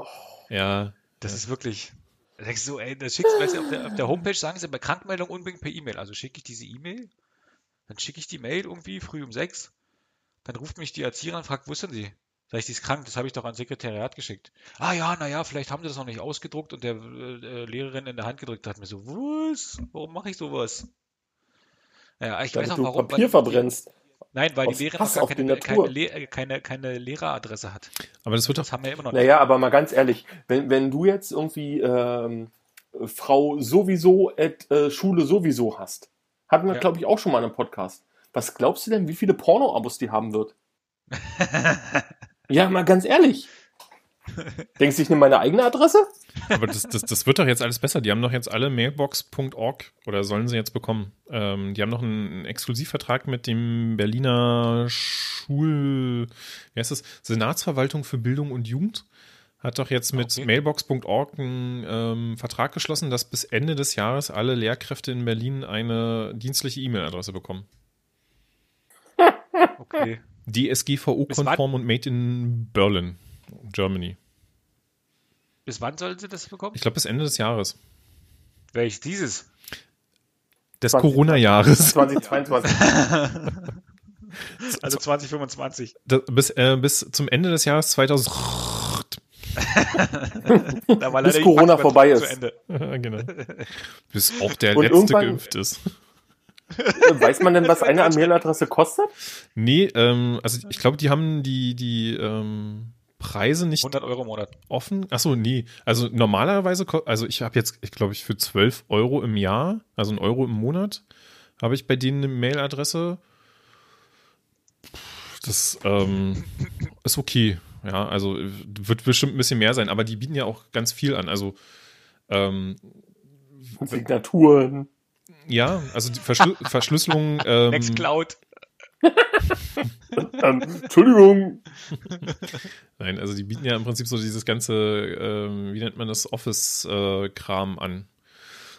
[SPEAKER 1] Ja,
[SPEAKER 2] Das ist wirklich. Da denkst du so, ey, das schickst du, weißt du, auf der, auf der Homepage sagen sie bei Krankmeldung unbedingt per E-Mail. Also schicke ich diese E-Mail, dann schicke ich die Mail irgendwie früh um sechs, dann ruft mich die Erzieherin und fragt, wo ist denn die? Sag ich, die ist krank, das habe ich doch ans Sekretariat geschickt. Ah ja, naja, vielleicht haben sie das noch nicht ausgedruckt und der äh, äh, Lehrerin in der Hand gedrückt hat mir so, was? Warum mache ich sowas? Ja, ich weiß
[SPEAKER 3] Damit
[SPEAKER 2] auch
[SPEAKER 3] du
[SPEAKER 2] warum.
[SPEAKER 3] Papier verbrennst.
[SPEAKER 2] Nein, weil die
[SPEAKER 3] Aus
[SPEAKER 2] Lehrerin
[SPEAKER 3] Hass
[SPEAKER 2] auch gar
[SPEAKER 3] auf die
[SPEAKER 2] keine, keine,
[SPEAKER 3] Natur.
[SPEAKER 2] Le- äh, keine, keine Lehreradresse hat.
[SPEAKER 1] aber das wird doch
[SPEAKER 2] Das haben wir immer noch nicht.
[SPEAKER 3] Naja, aber mal ganz ehrlich, wenn, wenn du jetzt irgendwie ähm, Frau sowieso at äh, Schule sowieso hast, hatten wir,
[SPEAKER 2] Ja.
[SPEAKER 3] glaube ich, auch schon mal einen Podcast. Was glaubst du denn, wie viele Porno-Abos die haben wird? Ja, mal ganz ehrlich. Denkst du, ich nehme meine eigene Adresse?
[SPEAKER 1] Aber das, das, das wird doch jetzt alles besser. Die haben doch jetzt alle mailbox.org oder sollen sie jetzt bekommen. Ähm, die haben noch einen Exklusivvertrag mit dem Berliner Schul... Wie heißt das? Senatsverwaltung für Bildung und Jugend hat doch jetzt mit
[SPEAKER 2] Okay.
[SPEAKER 1] mailbox.org einen ähm, Vertrag geschlossen, dass bis Ende des Jahres alle Lehrkräfte in Berlin eine dienstliche E-Mail-Adresse bekommen.
[SPEAKER 2] Okay. Bis
[SPEAKER 1] DSGVO-konform und made in Berlin, Germany.
[SPEAKER 2] Bis wann sollen sie das bekommen?
[SPEAKER 1] Ich glaube, bis Ende des Jahres.
[SPEAKER 2] Welches dieses?
[SPEAKER 1] Des
[SPEAKER 3] 20.
[SPEAKER 1] Corona-Jahres.
[SPEAKER 3] 2022.
[SPEAKER 2] Also 2025.
[SPEAKER 1] Da- bis, äh, bis zum Ende des Jahres 2000.
[SPEAKER 2] Da war
[SPEAKER 3] Bis
[SPEAKER 2] leider die
[SPEAKER 3] Corona
[SPEAKER 2] Packung
[SPEAKER 3] vorbei
[SPEAKER 2] zu
[SPEAKER 3] ist.
[SPEAKER 2] Ende.
[SPEAKER 1] genau. Bis auch der
[SPEAKER 3] Und
[SPEAKER 1] letzte
[SPEAKER 3] irgendwann-
[SPEAKER 1] geimpft ist.
[SPEAKER 3] Äh, Weiß man denn, was eine Mailadresse kostet?
[SPEAKER 1] Nee, ähm, also ich glaube, die haben die, die ähm, Preise nicht
[SPEAKER 2] 100 Euro im Monat.
[SPEAKER 3] Ähm,
[SPEAKER 1] offen. Achso, nee. Also normalerweise, ko- also ich habe jetzt, ich glaube, ich für 12 Euro im Jahr, also ein Euro im Monat, habe ich bei denen eine Mailadresse. Das ähm, ist okay. Ja, also äh, wird bestimmt ein bisschen mehr sein, aber die bieten ja auch ganz viel an. Also ähm,
[SPEAKER 3] Signaturen.
[SPEAKER 1] Ja, also die Verschlü Verschlüsselung. Ähm,
[SPEAKER 2] Nextcloud.
[SPEAKER 3] Ähm, Entschuldigung.
[SPEAKER 1] nein, also die bieten ja im Prinzip so dieses ganze, ähm, wie nennt man das, Office-Kram an.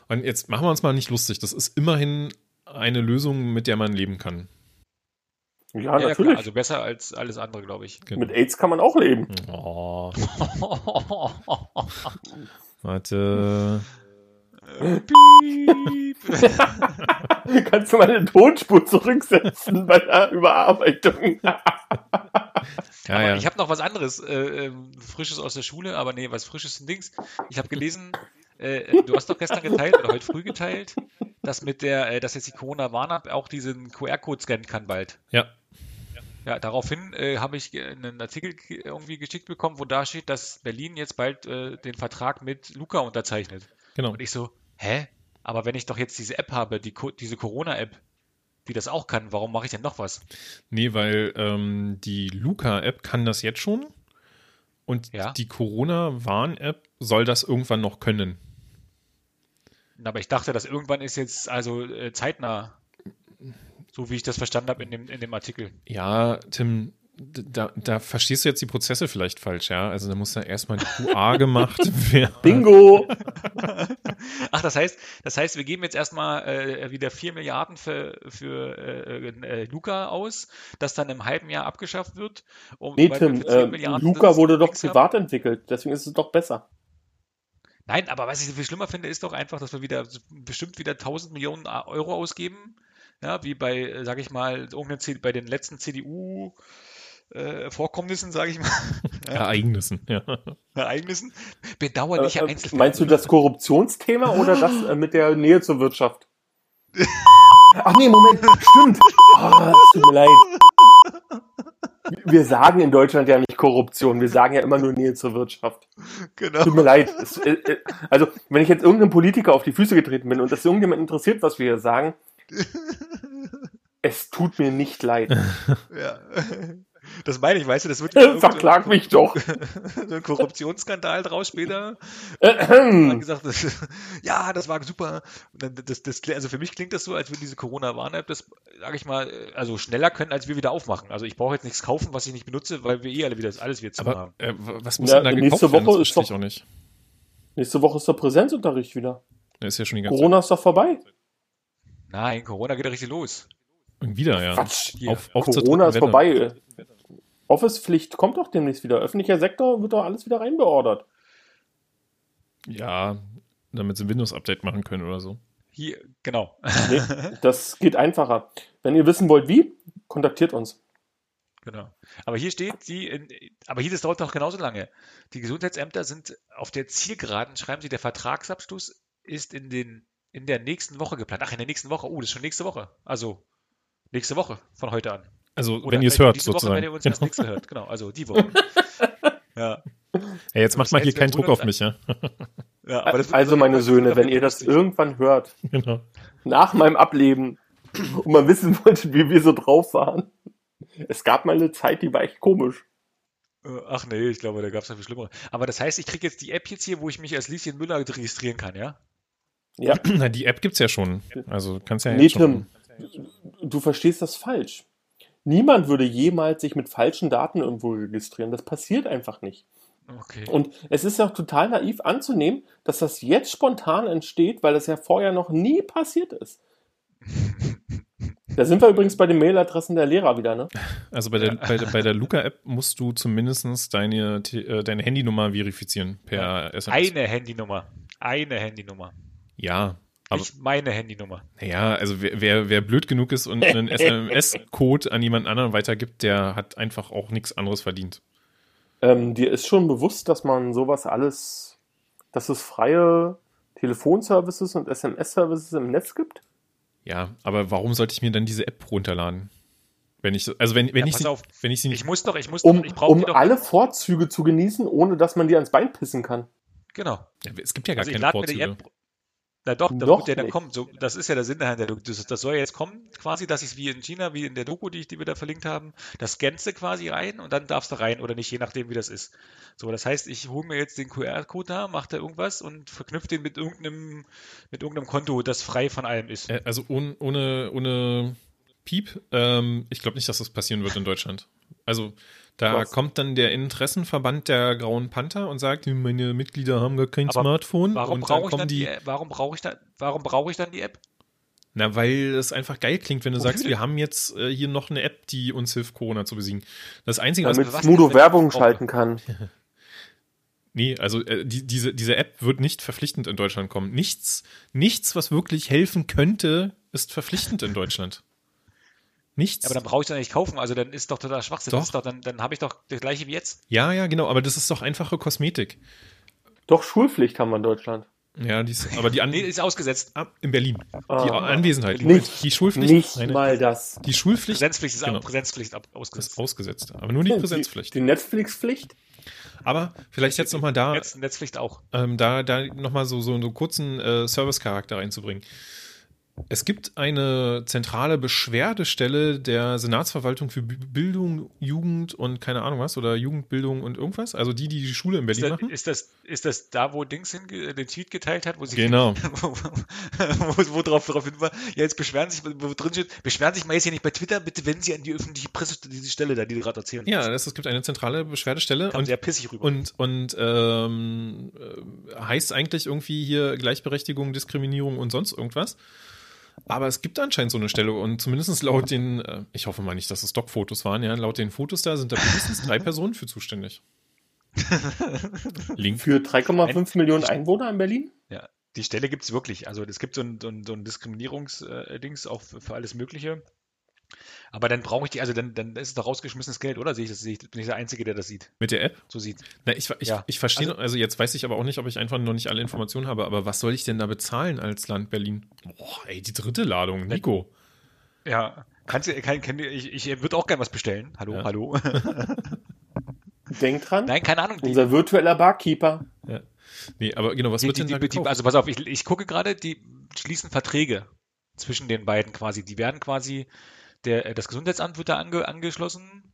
[SPEAKER 1] Und jetzt machen wir uns mal nicht lustig. Das ist immerhin eine Lösung, mit der man leben kann.
[SPEAKER 3] Ja,
[SPEAKER 2] Ja, ja,
[SPEAKER 3] natürlich.
[SPEAKER 2] klar. Also besser als alles andere, glaube ich.
[SPEAKER 1] Genau.
[SPEAKER 3] Mit AIDS kann man auch leben.
[SPEAKER 1] oh, warte.
[SPEAKER 2] Piep.
[SPEAKER 3] Kannst du meine Tonspur zurücksetzen bei der Überarbeitung?
[SPEAKER 1] Ja,
[SPEAKER 2] Aber
[SPEAKER 1] ja.
[SPEAKER 2] Ich habe noch was anderes, äh, ähm, Frisches aus der Schule, aber nee, was Frisches und Dings. Ich habe gelesen, äh, äh, du hast doch gestern geteilt oder heute früh geteilt, dass mit der, äh, dass jetzt die Corona-Warn-App auch diesen QR-Code scannen kann bald.
[SPEAKER 1] ja.
[SPEAKER 2] Ja, daraufhin äh, habe ich ge- einen Artikel ge- irgendwie geschickt bekommen, wo da steht, dass Berlin jetzt bald äh, den Vertrag mit Luca unterzeichnet.
[SPEAKER 1] Genau.
[SPEAKER 2] Und ich so, hä? Aber wenn ich doch jetzt diese App habe, die, Co- diese Corona-App, die das auch kann, warum mache ich denn noch was?
[SPEAKER 1] Nee, weil ähm, die Luca-App kann das jetzt schon. Und
[SPEAKER 2] Ja.
[SPEAKER 1] die Corona-Warn-App soll das irgendwann noch können.
[SPEAKER 2] Aber ich dachte, dass irgendwann ist jetzt also äh, zeitnah. So wie ich das verstanden habe in dem, in dem Artikel.
[SPEAKER 1] Ja, Tim, d- da, da verstehst du jetzt die Prozesse vielleicht falsch, ja? Also da muss ja erstmal die QA gemacht werden.
[SPEAKER 3] Bingo!
[SPEAKER 2] Ach, das heißt, das heißt, wir geben jetzt erstmal äh, wieder 4 Milliarden für, für äh, äh, Luca aus, das dann im halben Jahr abgeschafft wird. Um,
[SPEAKER 3] Nee,
[SPEAKER 2] weil wir
[SPEAKER 3] Tim,
[SPEAKER 2] für 10
[SPEAKER 3] äh,
[SPEAKER 2] Milliarden
[SPEAKER 3] Luca
[SPEAKER 2] das
[SPEAKER 3] wurde doch
[SPEAKER 2] gefixt haben.
[SPEAKER 3] privat entwickelt, deswegen ist es doch besser.
[SPEAKER 2] Nein, aber was ich viel schlimmer finde, ist doch einfach, dass wir wieder bestimmt wieder 1000 Millionen A- Euro ausgeben. Ja, wie bei, äh, sag ich mal, irgendeinem C- bei den letzten CDU-Vorkommnissen, sag ich mal,
[SPEAKER 1] Ereignissen, ja.
[SPEAKER 2] Ereignissen.
[SPEAKER 3] Äh,
[SPEAKER 2] Bedauerliche
[SPEAKER 3] äh,
[SPEAKER 2] Einzelfälle.
[SPEAKER 3] meinst du das Korruptionsthema oder das äh, mit der Nähe zur Wirtschaft? Ach nee, Moment, stimmt. Ah, es tut mir leid. Wir sagen in Deutschland ja nicht Korruption, wir sagen ja immer nur Nähe zur Wirtschaft.
[SPEAKER 2] Genau.
[SPEAKER 3] Tut mir leid. Es, äh, äh, also, wenn ich jetzt irgendeinem Politiker auf die Füße getreten bin und das irgendjemand interessiert, was wir hier sagen, es tut mir nicht leid.
[SPEAKER 2] Ja. Das meine ich, weißt du, das wird wieder
[SPEAKER 3] Äh, Verklag mich doch.
[SPEAKER 2] so ein Korruptionsskandal draus später.
[SPEAKER 3] Äh,
[SPEAKER 2] Und dann
[SPEAKER 3] Ahem.
[SPEAKER 2] gesagt, das, ja, das war super. Und dann, das, das, also für mich klingt das so, als würde diese Corona-Warn-App das, sag ich mal, also schneller können, als wir wieder aufmachen. Also ich brauche jetzt nichts kaufen, was ich nicht benutze, weil wir eh alle wieder alles wieder zu
[SPEAKER 1] Aber
[SPEAKER 2] haben.
[SPEAKER 1] äh, w- was muss
[SPEAKER 3] Ja,
[SPEAKER 1] denn da gekauft
[SPEAKER 3] nächste
[SPEAKER 1] werden? Das
[SPEAKER 3] Woche ist
[SPEAKER 1] verstehe ich
[SPEAKER 3] doch-
[SPEAKER 1] auch nicht.
[SPEAKER 3] Nächste Woche ist der Präsenzunterricht wieder.
[SPEAKER 1] Da ist ja schon die ganze
[SPEAKER 3] Corona ist doch vorbei.
[SPEAKER 2] Nein, Corona geht ja richtig los.
[SPEAKER 1] Zeit. Wieder, ja.
[SPEAKER 3] Quatsch.
[SPEAKER 2] Hier.
[SPEAKER 1] zur
[SPEAKER 3] Corona
[SPEAKER 1] dritten
[SPEAKER 3] ist
[SPEAKER 1] Welle.
[SPEAKER 3] vorbei. Office-Pflicht kommt doch demnächst wieder. Öffentlicher Sektor wird doch alles wieder reinbeordert.
[SPEAKER 1] Ja, damit sie ein Windows-Update machen können oder so.
[SPEAKER 2] Hier, genau.
[SPEAKER 3] Nee, das geht einfacher. Wenn ihr wissen wollt, wie, kontaktiert uns.
[SPEAKER 2] Genau. Aber hier steht, die, in- aber hier, das dauert noch genauso lange. Die Gesundheitsämter sind auf der Zielgeraden, schreiben sie, der Vertragsabschluss ist in den, in der nächsten Woche geplant. Ach, in der nächsten Woche. Oh, das ist schon nächste Woche. Also, nächste Woche von heute an.
[SPEAKER 1] Also,
[SPEAKER 2] Oder
[SPEAKER 1] wenn ihr es
[SPEAKER 2] vielleicht
[SPEAKER 1] hört,
[SPEAKER 2] diese Woche, wenn
[SPEAKER 1] sozusagen.
[SPEAKER 2] ihr uns das nächste hört. Genau, also die Woche. ja.
[SPEAKER 1] Ey, jetzt macht mal hier
[SPEAKER 2] Jetzt wäre
[SPEAKER 1] keinen Druck
[SPEAKER 2] Corona-
[SPEAKER 1] auf mich, ja.
[SPEAKER 2] ja aber das wird-
[SPEAKER 3] Also, meine Söhne, wenn ihr das irgendwann hört,
[SPEAKER 1] genau.
[SPEAKER 3] nach meinem Ableben und mal wissen wolltet, wie wir so drauf waren. Es gab mal eine Zeit, die war echt komisch.
[SPEAKER 2] Äh, Ach nee, ich glaube, da gab es noch viel Schlimmere. Aber das heißt, ich kriege jetzt die App jetzt hier, wo ich mich als Lieschen Müller registrieren kann, ja?
[SPEAKER 3] Ja,
[SPEAKER 1] Na, die App gibt's ja schon. Also, kannst ja
[SPEAKER 3] nee,
[SPEAKER 1] jetzt schon.
[SPEAKER 3] Tim, du verstehst das falsch. Niemand würde jemals sich mit falschen Daten irgendwo registrieren. Das passiert einfach nicht.
[SPEAKER 2] Okay.
[SPEAKER 3] Und es ist ja auch total naiv anzunehmen, dass das jetzt spontan entsteht, weil das ja vorher noch nie passiert ist. Da sind wir übrigens bei den Mailadressen der Lehrer wieder, ne?
[SPEAKER 1] Also bei der, bei, der- bei der Luca-App musst du zumindest deine, Te- äh, deine Handynummer verifizieren per SMS.
[SPEAKER 2] Eine Handynummer. Eine Handynummer.
[SPEAKER 1] Ja, Aber-
[SPEAKER 2] Nicht meine Handynummer.
[SPEAKER 1] naja, also wer, wer, wer blöd genug ist und einen SMS-Code an jemand anderen weitergibt, der hat einfach auch nichts anderes verdient.
[SPEAKER 3] Ähm, dir ist schon bewusst, dass man sowas alles, dass es freie Telefonservices und SMS-Services im Netz gibt?
[SPEAKER 1] Ja, aber warum sollte ich mir dann diese App runterladen? Wenn ich, also wenn, wenn
[SPEAKER 2] Ja,
[SPEAKER 1] ich
[SPEAKER 2] pass
[SPEAKER 1] sie,
[SPEAKER 2] auf.
[SPEAKER 1] wenn ich sie
[SPEAKER 2] Ich
[SPEAKER 1] nicht,
[SPEAKER 2] muss doch, ich muss
[SPEAKER 3] Um,
[SPEAKER 2] doch, ich brauche
[SPEAKER 3] um
[SPEAKER 2] die doch.
[SPEAKER 3] alle Vorzüge zu genießen, ohne dass man dir ans Bein pissen kann.
[SPEAKER 2] Genau.
[SPEAKER 1] ja, es gibt ja gar
[SPEAKER 2] Also ich
[SPEAKER 1] keine
[SPEAKER 2] lade mir die
[SPEAKER 1] Vorzüge.
[SPEAKER 2] App. Na doch, da
[SPEAKER 3] Noch
[SPEAKER 2] wird ja dann
[SPEAKER 3] nicht.
[SPEAKER 2] kommen. So, das ist ja der Sinn dahinter. Du- Das, das soll ja jetzt kommen, quasi, dass ich es wie in China, wie in der Doku, die, ich, die wir da verlinkt haben, das scannst du quasi rein und dann darfst du rein oder nicht, je nachdem, wie das ist. So, das heißt, ich hole mir jetzt den QR-Code da, mache da irgendwas und verknüpfe den mit irgendeinem, mit irgendeinem Konto, das frei von allem ist.
[SPEAKER 1] Äh, Also ohne, ohne, ohne Piep, ähm, ich glaube nicht, dass das passieren wird in Deutschland. Also da
[SPEAKER 3] Was?
[SPEAKER 1] kommt dann der Interessenverband der Grauen Panther und sagt, meine Mitglieder haben gar kein
[SPEAKER 2] Aber
[SPEAKER 1] Smartphone.
[SPEAKER 2] Warum
[SPEAKER 1] und dann
[SPEAKER 2] brauche ich
[SPEAKER 1] kommen
[SPEAKER 2] dann die, App? warum brauche ich dann, warum brauche ich dann die App?
[SPEAKER 1] Na, weil es einfach geil klingt, wenn du
[SPEAKER 2] Wofür
[SPEAKER 1] sagst,
[SPEAKER 2] denn?
[SPEAKER 1] wir haben jetzt äh, hier noch eine App, die uns hilft, Corona zu besiegen. Das Einzige, was.
[SPEAKER 3] Damit
[SPEAKER 2] was-
[SPEAKER 3] Smudo
[SPEAKER 2] was-
[SPEAKER 3] Werbung
[SPEAKER 2] was-
[SPEAKER 3] schalten kann.
[SPEAKER 1] Nee, also äh, die, diese, diese App wird nicht verpflichtend in Deutschland kommen. Nichts, nichts, was wirklich helfen könnte, ist verpflichtend in Deutschland. Nichts.
[SPEAKER 2] Ja, aber dann brauche ich dann nicht kaufen, also dann ist doch total Schwachsinn.
[SPEAKER 1] Doch.
[SPEAKER 2] Das Ist doch, dann dann habe ich doch das gleiche wie jetzt.
[SPEAKER 1] ja, ja, genau, aber das ist doch einfache Kosmetik.
[SPEAKER 3] Doch, Schulpflicht haben wir in Deutschland.
[SPEAKER 1] Ja, die ist, aber die an
[SPEAKER 2] Nee, ist ausgesetzt.
[SPEAKER 1] ah, in Berlin. Die
[SPEAKER 3] Ah.
[SPEAKER 1] Anwesenheit.
[SPEAKER 3] Nicht-
[SPEAKER 1] die Schulpflicht.
[SPEAKER 3] Nicht
[SPEAKER 1] nein, nein,
[SPEAKER 3] mal das.
[SPEAKER 1] Die Schulpflicht
[SPEAKER 2] Präsenzpflicht ist
[SPEAKER 1] Genau.
[SPEAKER 2] auch Präsenzpflicht ab-
[SPEAKER 1] ist
[SPEAKER 2] ausgesetzt.
[SPEAKER 1] ausgesetzt. Aber nur die Präsenzpflicht.
[SPEAKER 3] Die, die Netflix-Pflicht?
[SPEAKER 1] Aber vielleicht jetzt nochmal da.
[SPEAKER 2] Netz, Netzpflicht auch.
[SPEAKER 1] ähm, da, da nochmal so, so einen kurzen äh, Service-Charakter reinzubringen. Es gibt eine zentrale Beschwerdestelle der Senatsverwaltung für B- Bildung, Jugend und keine Ahnung was oder Jugendbildung und irgendwas. Also die, die die Schule in
[SPEAKER 2] Ist
[SPEAKER 1] Berlin
[SPEAKER 2] das,
[SPEAKER 1] machen.
[SPEAKER 2] ist, das, ist das da, wo Dings hinge- äh, den Tweet geteilt hat, wo sich
[SPEAKER 1] Genau.
[SPEAKER 2] wo, wo, wo drauf, drauf hin war, ja, jetzt beschweren sich, wo drin steht, beschweren sich mal jetzt hier nicht bei Twitter, bitte, wenn sie an die öffentliche Presse diese Stelle da, die du gerade erzählen.
[SPEAKER 1] Ja, das, es gibt eine zentrale Beschwerdestelle
[SPEAKER 2] kam
[SPEAKER 1] und
[SPEAKER 2] sehr pissig rüber.
[SPEAKER 1] Und, und ähm, äh, heißt eigentlich irgendwie hier Gleichberechtigung, Diskriminierung und sonst irgendwas. Aber es gibt anscheinend so eine Stelle und zumindest laut den, äh, ich hoffe mal nicht, dass es Stockfotos waren, ja, laut den Fotos da sind da mindestens drei Personen für zuständig. Link.
[SPEAKER 3] Für 3,5 Millionen Einwohner in Berlin?
[SPEAKER 2] ja, die Stelle gibt es wirklich. Also es gibt so ein, so ein, so ein Diskriminierungsdings auch für, für alles Mögliche. Aber dann brauche ich die, also dann, dann ist es doch rausgeschmissenes Geld, oder? Sehe ich das? Sehe ich, bin ich der Einzige, der das sieht,
[SPEAKER 1] Mit der App?
[SPEAKER 2] so sieht.
[SPEAKER 1] Na, ich, ich,
[SPEAKER 2] Ja.
[SPEAKER 1] ich verstehe, also, jetzt weiß ich aber auch nicht, ob ich einfach noch nicht alle Informationen habe, aber was soll ich denn da bezahlen als Land Berlin? Boah, ey, die dritte Ladung,
[SPEAKER 2] Äh,
[SPEAKER 1] Nico.
[SPEAKER 2] Ja. Kannst du, kann, kann, ich, ich würde auch gerne was bestellen. Hallo,
[SPEAKER 1] Ja.
[SPEAKER 2] hallo.
[SPEAKER 3] Denk dran,
[SPEAKER 2] Nein, keine Ahnung. Die,
[SPEAKER 3] unser virtueller Barkeeper.
[SPEAKER 1] Ja. Nee, aber genau, was
[SPEAKER 2] die,
[SPEAKER 1] wird
[SPEAKER 2] die,
[SPEAKER 1] denn da
[SPEAKER 2] die, die,
[SPEAKER 1] gekauft?
[SPEAKER 2] also pass auf, ich, ich gucke gerade, die schließen Verträge zwischen den beiden quasi. Die werden quasi, der, äh, das Gesundheitsamt wird da ange, angeschlossen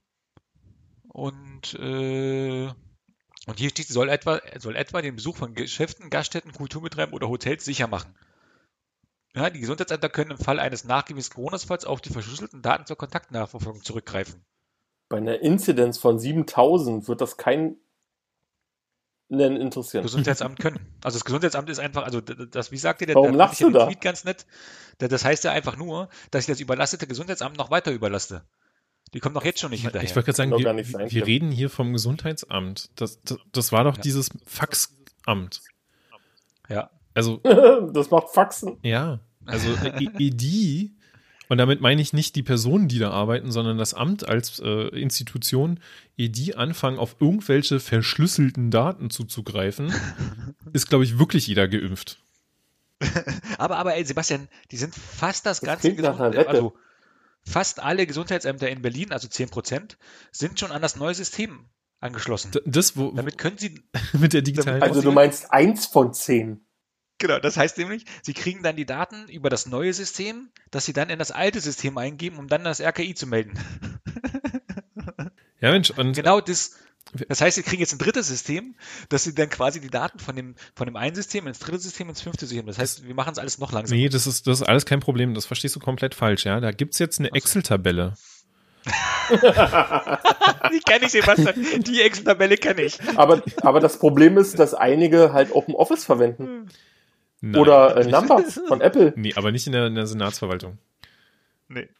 [SPEAKER 2] und, äh, und hier steht, soll etwa, soll etwa den Besuch von Geschäften, Gaststätten, Kulturbetrieben oder Hotels sicher machen. Ja, die Gesundheitsämter können im Fall eines nachgewiesenen Corona-Falls auf die verschlüsselten Daten zur Kontaktnachverfolgung zurückgreifen.
[SPEAKER 3] Bei einer Inzidenz von 7000 wird das keinen interessieren.
[SPEAKER 2] Gesundheitsamt können. Also das Gesundheitsamt ist einfach, also d- d- das, wie sagt ihr der,
[SPEAKER 3] Warum
[SPEAKER 2] da fand
[SPEAKER 3] lachst
[SPEAKER 2] ich ja
[SPEAKER 3] du
[SPEAKER 2] den
[SPEAKER 3] da?
[SPEAKER 2] Tweet ganz nett. Da- Das heißt ja einfach nur, dass ich das überlastete Gesundheitsamt noch weiter überlaste. Die kommen doch jetzt schon nicht hinterher.
[SPEAKER 1] Ich wollte gerade sagen,
[SPEAKER 3] Kann doch
[SPEAKER 1] wir,
[SPEAKER 3] gar nicht sein,
[SPEAKER 1] wir
[SPEAKER 3] stimmt.
[SPEAKER 1] reden hier vom Gesundheitsamt. Das, das, das war doch
[SPEAKER 2] Ja.
[SPEAKER 1] dieses Faxamt.
[SPEAKER 2] ja.
[SPEAKER 1] Also,
[SPEAKER 3] Das macht Faxen.
[SPEAKER 1] ja. Also, äh, e- ED, und damit meine ich nicht die Personen, die da arbeiten, sondern das Amt als äh, Institution, ED anfangen, auf irgendwelche verschlüsselten Daten zuzugreifen, ist, glaube ich, wirklich jeder geimpft.
[SPEAKER 2] Aber, aber ey, Sebastian, die sind fast das
[SPEAKER 3] Das
[SPEAKER 2] ganze
[SPEAKER 3] klingt nach einer
[SPEAKER 2] Gesundheit-
[SPEAKER 3] Wette.
[SPEAKER 2] also fast alle Gesundheitsämter in Berlin, also 10 Prozent, sind schon an das neue System angeschlossen.
[SPEAKER 1] D- Das, wo,
[SPEAKER 2] Damit können sie
[SPEAKER 1] mit der digitalen.
[SPEAKER 3] Also du meinst eins von zehn.
[SPEAKER 2] Genau, das heißt nämlich, sie kriegen dann die Daten über das neue System, das sie dann in das alte System eingeben, um dann das RKI zu melden.
[SPEAKER 1] ja, Mensch, und
[SPEAKER 2] Genau das. Das heißt, sie kriegen jetzt ein drittes System, dass sie dann quasi die Daten von dem, von dem einen System ins dritte System ins fünfte System. Das heißt, wir machen es alles noch langsamer.
[SPEAKER 1] Nee, das ist, das ist alles kein Problem. Das verstehst du komplett falsch, ja. Da gibt es jetzt eine Excel-Tabelle.
[SPEAKER 2] Die kenne ich, Sebastian. Die Excel-Tabelle kenne ich.
[SPEAKER 3] Aber, aber das Problem ist, dass einige halt Open Office verwenden.
[SPEAKER 1] Nein.
[SPEAKER 3] Oder äh, Numbers von Apple.
[SPEAKER 1] Nee, aber nicht in der, in der Senatsverwaltung.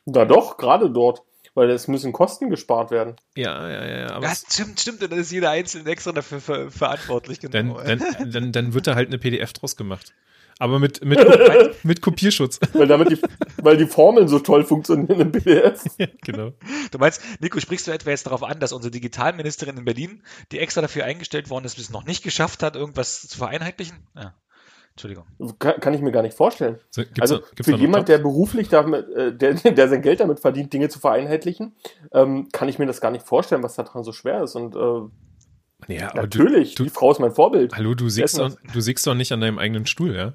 [SPEAKER 3] Na doch, gerade dort. Weil es müssen Kosten gespart werden.
[SPEAKER 1] Ja, ja, ja, ja, aber
[SPEAKER 2] Das stimmt, stimmt. Und dann ist jeder Einzelne extra dafür ver verantwortlich.
[SPEAKER 1] dann,
[SPEAKER 3] Oh.
[SPEAKER 2] Genau.
[SPEAKER 1] dann, dann, dann wird da halt eine PDF draus gemacht. Aber mit, mit, mit Kopierschutz.
[SPEAKER 3] Weil damit die, weil die Formeln so toll funktionieren im PDF.
[SPEAKER 1] ja, genau.
[SPEAKER 2] Du meinst, Nico, sprichst du etwa jetzt darauf an, dass unsere Digitalministerin in Berlin, die extra dafür eingestellt worden ist, bis es noch nicht geschafft hat, irgendwas zu vereinheitlichen? Ja. Entschuldigung.
[SPEAKER 3] Kann, kann ich mir gar nicht vorstellen.
[SPEAKER 1] So, gibt's
[SPEAKER 3] also
[SPEAKER 1] noch- gibt's
[SPEAKER 3] für
[SPEAKER 1] noch
[SPEAKER 3] jemand, der
[SPEAKER 1] Laptops?
[SPEAKER 3] beruflich damit, äh, der, der sein Geld damit verdient, Dinge zu vereinheitlichen, ähm, kann ich mir das gar nicht vorstellen, was daran so schwer ist. Und äh,
[SPEAKER 1] Ja, aber du,
[SPEAKER 3] natürlich, die Frau ist mein Vorbild.
[SPEAKER 1] hallo, du sägst,
[SPEAKER 3] Essen
[SPEAKER 1] doch, du sägst doch nicht an deinem eigenen Stuhl, ja?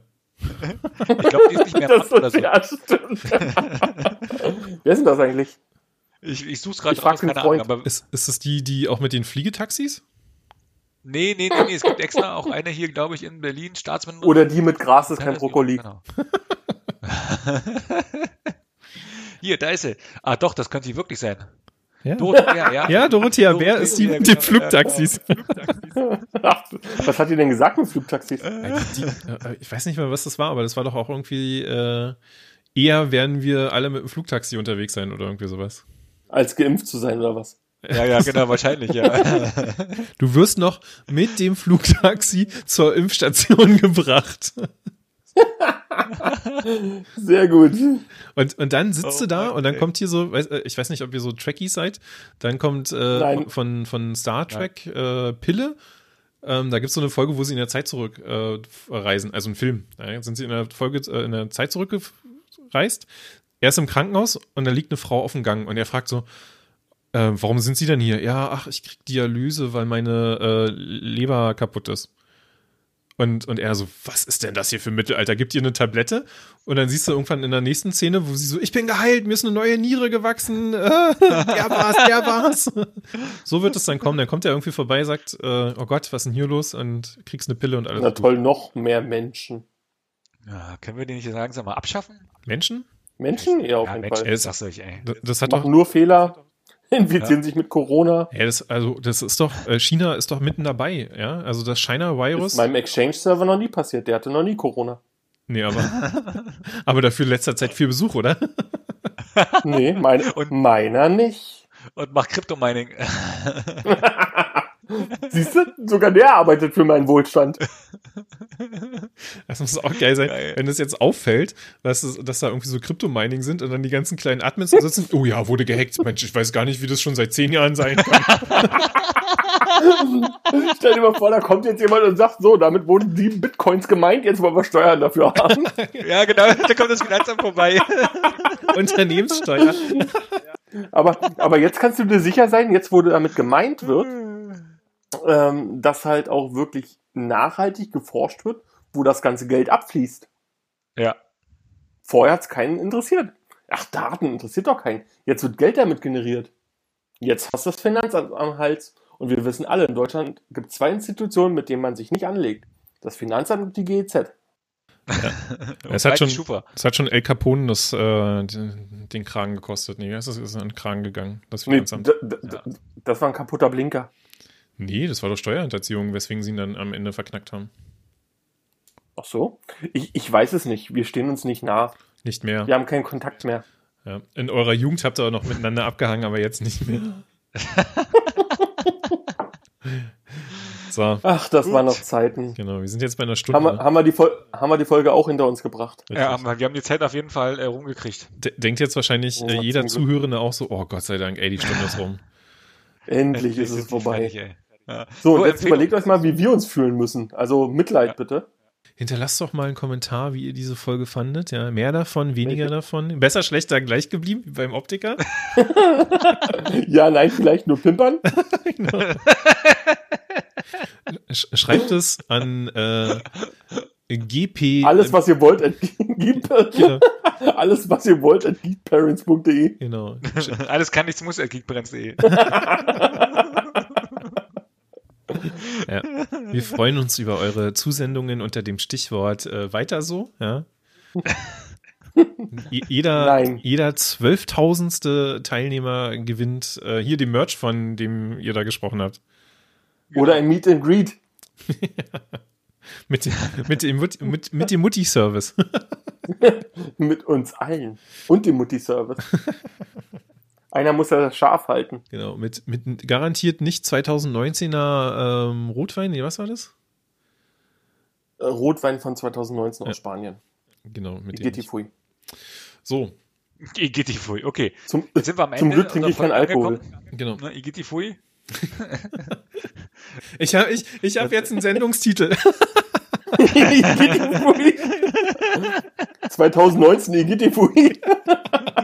[SPEAKER 2] Ich glaube, die ist nicht mehr im Amt oder so.
[SPEAKER 3] ja, stimmt. Wer ist denn das eigentlich?
[SPEAKER 2] Ich, ich suche es gerade
[SPEAKER 3] Ich frag einen Freund.
[SPEAKER 2] aber
[SPEAKER 1] Ist, ist es die, die auch mit den Fliegetaxis?
[SPEAKER 2] Nee, nee, nee, nee, es gibt extra auch eine hier, glaube ich, in Berlin, Staatsminister.
[SPEAKER 3] Oder die mit Gras ist kein
[SPEAKER 2] Ja,
[SPEAKER 3] Brokkoli.
[SPEAKER 2] genau. hier, da ist sie. Ah, doch, das könnte sie wirklich sein.
[SPEAKER 1] Ja.
[SPEAKER 2] Dorothea, ja.
[SPEAKER 1] Ja, Dorothea,
[SPEAKER 2] Dorothea,
[SPEAKER 1] wer ist die mit
[SPEAKER 2] genau,
[SPEAKER 1] den Flugtaxis?
[SPEAKER 3] was hat die denn gesagt mit Flugtaxis?
[SPEAKER 1] Die, äh, ich weiß nicht mehr, was das war, aber das war doch auch irgendwie, äh, eher werden wir alle mit dem Flugtaxi unterwegs sein oder irgendwie sowas.
[SPEAKER 3] Als geimpft zu sein oder was?
[SPEAKER 2] Ja, ja, genau, wahrscheinlich, ja.
[SPEAKER 1] Du wirst noch mit dem Flugtaxi zur Impfstation gebracht.
[SPEAKER 3] Sehr gut.
[SPEAKER 1] Und, und dann sitzt
[SPEAKER 2] Oh
[SPEAKER 1] du da
[SPEAKER 2] Mann,
[SPEAKER 1] und dann
[SPEAKER 2] ey.
[SPEAKER 1] kommt hier so, weiß, äh, ich weiß nicht, ob ihr so Trekkies seid, dann kommt äh,
[SPEAKER 3] Nein.
[SPEAKER 1] von, von Star Trek äh, Pille. Ähm, da gibt es so eine Folge, wo sie in der Zeit zurückreisen, äh, f- reisen, also ein Film. Ja, jetzt sind sie in der Folge äh, in der Zeit zurückgereist. Er ist im Krankenhaus und da liegt eine Frau auf dem Gang und er fragt so, äh, warum sind sie denn hier? Ja, ach, ich krieg Dialyse, weil meine äh, Leber kaputt ist. Und, und er so, was ist denn das hier für Mittelalter? Gibt ihr eine Tablette? Und dann siehst du irgendwann in der nächsten Szene, wo sie so, ich bin geheilt, mir ist eine neue Niere gewachsen. Äh, der war's, der war's. so wird es dann kommen. Dann kommt er irgendwie vorbei, sagt, äh, oh Gott, was ist denn hier los? Und kriegst eine Pille und alles.
[SPEAKER 3] Na
[SPEAKER 1] gut.
[SPEAKER 3] toll, noch mehr Menschen.
[SPEAKER 2] Ja, können wir den nicht langsam mal abschaffen?
[SPEAKER 1] Menschen?
[SPEAKER 3] Menschen? Ja, auf
[SPEAKER 2] ja,
[SPEAKER 3] jeden
[SPEAKER 2] Mensch,
[SPEAKER 3] Fall.
[SPEAKER 1] Es-
[SPEAKER 2] sag's euch, ey.
[SPEAKER 1] D- Das hat doch
[SPEAKER 3] Machen nur Fehler, infizieren sich mit Corona.
[SPEAKER 1] Ja, das, also das ist doch, äh, China ist doch mitten dabei, ja? Also das
[SPEAKER 3] Ist
[SPEAKER 1] China-Virus.
[SPEAKER 3] meinem Exchange-Server noch nie passiert. Der hatte noch nie Corona.
[SPEAKER 1] Nee, aber, aber dafür in letzter Zeit viel Besuch, oder?
[SPEAKER 3] Nee, mein,
[SPEAKER 2] Und-
[SPEAKER 3] meiner nicht.
[SPEAKER 2] Und mach Kryptomining.
[SPEAKER 3] Siehst du, sogar der arbeitet für meinen Wohlstand.
[SPEAKER 1] Das muss auch geil sein,
[SPEAKER 2] Geil.
[SPEAKER 1] wenn das jetzt auffällt, dass, es, dass da irgendwie so Kryptomining sind und dann die ganzen kleinen Admins da sitzen. Oh ja, wurde gehackt. Mensch, ich weiß gar nicht, wie das schon seit zehn Jahren sein kann.
[SPEAKER 3] Stell dir mal vor, da kommt jetzt jemand und sagt, so, damit wurden sieben Bitcoins gemeint, jetzt wollen wir Steuern dafür haben.
[SPEAKER 2] ja, genau, da kommt das Finanzamt vorbei.
[SPEAKER 1] Unternehmenssteuer.
[SPEAKER 3] Aber, aber jetzt kannst du dir sicher sein, jetzt wo damit gemeint
[SPEAKER 2] Mhm.
[SPEAKER 3] wird, ähm, dass halt auch wirklich nachhaltig geforscht wird, wo das ganze Geld abfließt.
[SPEAKER 2] Ja.
[SPEAKER 3] Vorher hat's keinen interessiert. Ach, Daten interessiert doch keinen. Jetzt wird Geld damit generiert. Jetzt hast du das Finanzamt am Hals. Und wir wissen alle, in Deutschland gibt es zwei Institutionen, mit denen man sich nicht anlegt. Das Finanzamt und die E GEZ.
[SPEAKER 1] Es hat
[SPEAKER 2] Mike
[SPEAKER 1] schon-
[SPEAKER 2] Schufer.
[SPEAKER 1] Das hat schon El Capone das, äh, den, den Kragen gekostet. Nee, das ist, ist an den Kragen gegangen. Das
[SPEAKER 3] Nee,
[SPEAKER 1] Finanzamt.
[SPEAKER 3] d- d- d- Das war ein kaputter Blinker.
[SPEAKER 1] Nee, das war doch Steuerhinterziehung, weswegen sie ihn dann am Ende verknackt haben.
[SPEAKER 3] Ach so? Ich, ich weiß es nicht. Wir stehen uns nicht nah.
[SPEAKER 1] Nicht mehr.
[SPEAKER 3] Wir haben keinen Kontakt mehr.
[SPEAKER 1] Ja. In eurer Jugend habt ihr auch noch miteinander abgehangen, aber jetzt nicht mehr. so,
[SPEAKER 3] Ach, das
[SPEAKER 2] Gut.
[SPEAKER 3] waren noch Zeiten.
[SPEAKER 1] genau. Wir sind jetzt bei einer Stunde.
[SPEAKER 3] Haben
[SPEAKER 2] ne?
[SPEAKER 3] wir, haben, wir die Fol haben wir die Folge auch hinter uns gebracht.
[SPEAKER 1] Richtig.
[SPEAKER 2] Ja, aber wir haben die Zeit auf jeden Fall äh, rumgekriegt.
[SPEAKER 1] D- Denkt jetzt wahrscheinlich äh,
[SPEAKER 3] Ja,
[SPEAKER 1] jeder
[SPEAKER 3] zum Oh, Glück.
[SPEAKER 1] Zuhörende auch so, oh Gott sei Dank, ey, die Stunde ist rum.
[SPEAKER 3] Endlich ist
[SPEAKER 2] sind
[SPEAKER 3] es
[SPEAKER 2] die
[SPEAKER 3] vorbei.
[SPEAKER 2] fertig, ey. Ja. So,
[SPEAKER 3] So, und jetzt
[SPEAKER 2] Empfehlung.
[SPEAKER 3] überlegt euch mal, wie wir uns fühlen müssen. Also Mitleid
[SPEAKER 2] Ja.
[SPEAKER 3] bitte.
[SPEAKER 1] Hinterlasst doch mal einen Kommentar, wie ihr diese Folge fandet. Ja, mehr davon, weniger davon. Besser, schlechter, gleich geblieben, wie beim Optiker.
[SPEAKER 3] Ja, nein, vielleicht nur pimpern.
[SPEAKER 1] Genau. Sch schreibt es an äh, GP.
[SPEAKER 2] ähm,
[SPEAKER 3] Alles, was ihr wollt, at geek-
[SPEAKER 1] Genau.
[SPEAKER 3] alles, was ihr wollt, at geekparents.de.
[SPEAKER 1] Genau.
[SPEAKER 2] Alles kann, nichts muss, at geekbrenz.de.
[SPEAKER 1] Wir freuen uns über eure Zusendungen unter dem Stichwort äh, weiter so. Ja? Je- jeder
[SPEAKER 3] Nein.
[SPEAKER 1] jeder zwölftausendste Teilnehmer gewinnt äh, hier den Merch, von dem ihr da gesprochen habt.
[SPEAKER 2] Genau.
[SPEAKER 3] Oder ein Meet and Greet.
[SPEAKER 1] Mit, dem- mit dem, Mut- mit, mit dem Mutti-Service.
[SPEAKER 3] Mit uns allen. Und dem Mutti-Service. Einer muss ja das Schaf halten.
[SPEAKER 1] Genau, mit, mit garantiert nicht 2019er ähm, Rotwein. Nee, was war das?
[SPEAKER 3] Äh, Rotwein von 2019
[SPEAKER 1] Ja.
[SPEAKER 3] aus Spanien.
[SPEAKER 1] Genau, mit dem.
[SPEAKER 3] Geht die Fui.
[SPEAKER 1] So,
[SPEAKER 2] Igiti Fui, okay.
[SPEAKER 3] Zum,
[SPEAKER 2] Jetzt sind wir am Ende.
[SPEAKER 3] Zum Glück trinke ich
[SPEAKER 2] unserer
[SPEAKER 3] keinen
[SPEAKER 2] Folge
[SPEAKER 3] Alkohol.
[SPEAKER 2] angekommen.
[SPEAKER 1] genau.
[SPEAKER 2] Ne, Igiti Fui.
[SPEAKER 1] Ich habe ich, ich hab jetzt einen Sendungstitel.
[SPEAKER 3] Igittifui. 2019 Igittifui.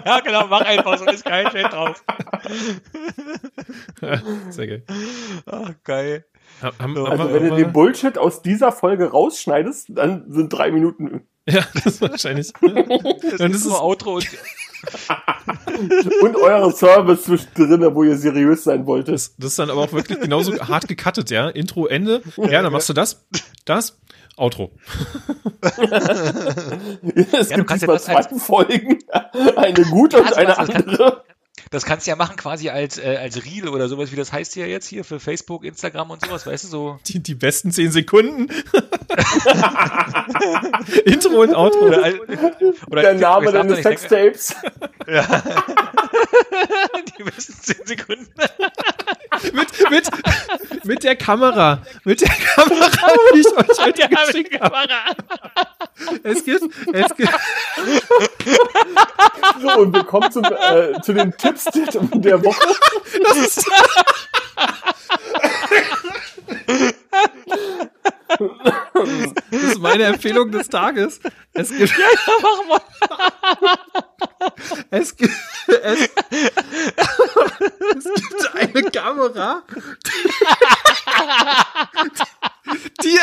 [SPEAKER 2] Ja, genau, mach einfach so, ist kein Chat drauf.
[SPEAKER 1] Sehr geil.
[SPEAKER 2] Ach, geil.
[SPEAKER 1] Haben, haben,
[SPEAKER 2] Also,
[SPEAKER 1] haben
[SPEAKER 3] Also
[SPEAKER 1] wir-
[SPEAKER 3] wenn du
[SPEAKER 1] haben
[SPEAKER 3] den
[SPEAKER 1] wir-
[SPEAKER 3] Bullshit aus dieser Folge rausschneidest, dann sind drei Minuten
[SPEAKER 1] ja, das wahrscheinlich.
[SPEAKER 2] Das
[SPEAKER 1] Und
[SPEAKER 2] ist
[SPEAKER 1] es
[SPEAKER 2] nur
[SPEAKER 1] ist-
[SPEAKER 2] Outro und
[SPEAKER 3] und eure Service zwischendrin, wo ihr seriös sein wolltet.
[SPEAKER 1] Das, das ist dann aber auch wirklich genauso hart gecuttet, ja. Intro, Ende. Ja, dann machst du das, das, Outro.
[SPEAKER 3] Es
[SPEAKER 2] du
[SPEAKER 3] gibt
[SPEAKER 2] kannst ja
[SPEAKER 3] diesmal
[SPEAKER 2] das als-
[SPEAKER 3] zwei Folgen. Eine gute und
[SPEAKER 2] Also,
[SPEAKER 3] eine
[SPEAKER 2] also, das kann-
[SPEAKER 3] andere.
[SPEAKER 2] Das kannst du ja machen quasi als, äh, als Reel oder sowas, wie das heißt ja jetzt hier für Facebook, Instagram und sowas, weißt du, so.
[SPEAKER 1] Die, die besten zehn Sekunden. Intro und Outro.
[SPEAKER 2] Oder, als- oder
[SPEAKER 3] Der
[SPEAKER 2] ich-
[SPEAKER 3] Name
[SPEAKER 2] ich sag doch,
[SPEAKER 3] deines
[SPEAKER 2] ich denke-
[SPEAKER 3] Sextapes.
[SPEAKER 2] Die besten 10 Sekunden.
[SPEAKER 1] Mit, mit, mit der Kamera. Mit der Kamera, die ich euch heute geschickt habe. Es gibt, es gibt,
[SPEAKER 3] So, und wir kommen zum, äh, zu den Tipps der Woche.
[SPEAKER 1] das ist, das ist meine Empfehlung des Tages. Es gibt,
[SPEAKER 2] Mach mal.
[SPEAKER 1] Es gibt, es, es gibt eine Kamera, die,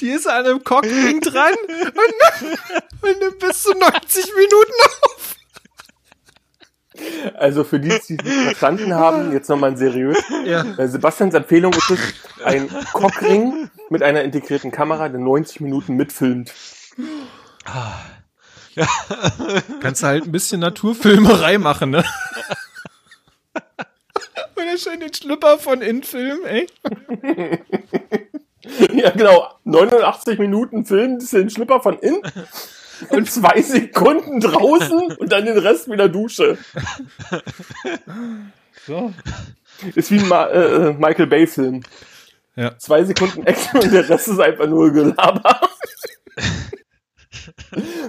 [SPEAKER 1] die, ist an einem Cockring dran und nimmt, und nimmt bis zu 90 Minuten auf.
[SPEAKER 3] Also für die, die es nicht verstanden haben, jetzt nochmal ein seriös.
[SPEAKER 1] Ja.
[SPEAKER 3] Äh, Sebastians Empfehlung ist es, ein Cockring mit einer integrierten Kamera, der 90 Minuten mitfilmt.
[SPEAKER 1] Kannst du halt ein bisschen Naturfilmerei machen, ne? Und er schön den Schlüpper von Infilm, ey.
[SPEAKER 3] Ja, genau. 89 Minuten Film, das ist den Schlipper von innen. Und zwei Sekunden draußen und dann den Rest wieder Dusche.
[SPEAKER 1] So.
[SPEAKER 3] Ist wie ein Ma äh, äh, Michael Bay-Film.
[SPEAKER 1] Ja.
[SPEAKER 3] Zwei Sekunden Action und der Rest ist einfach nur Gelaber.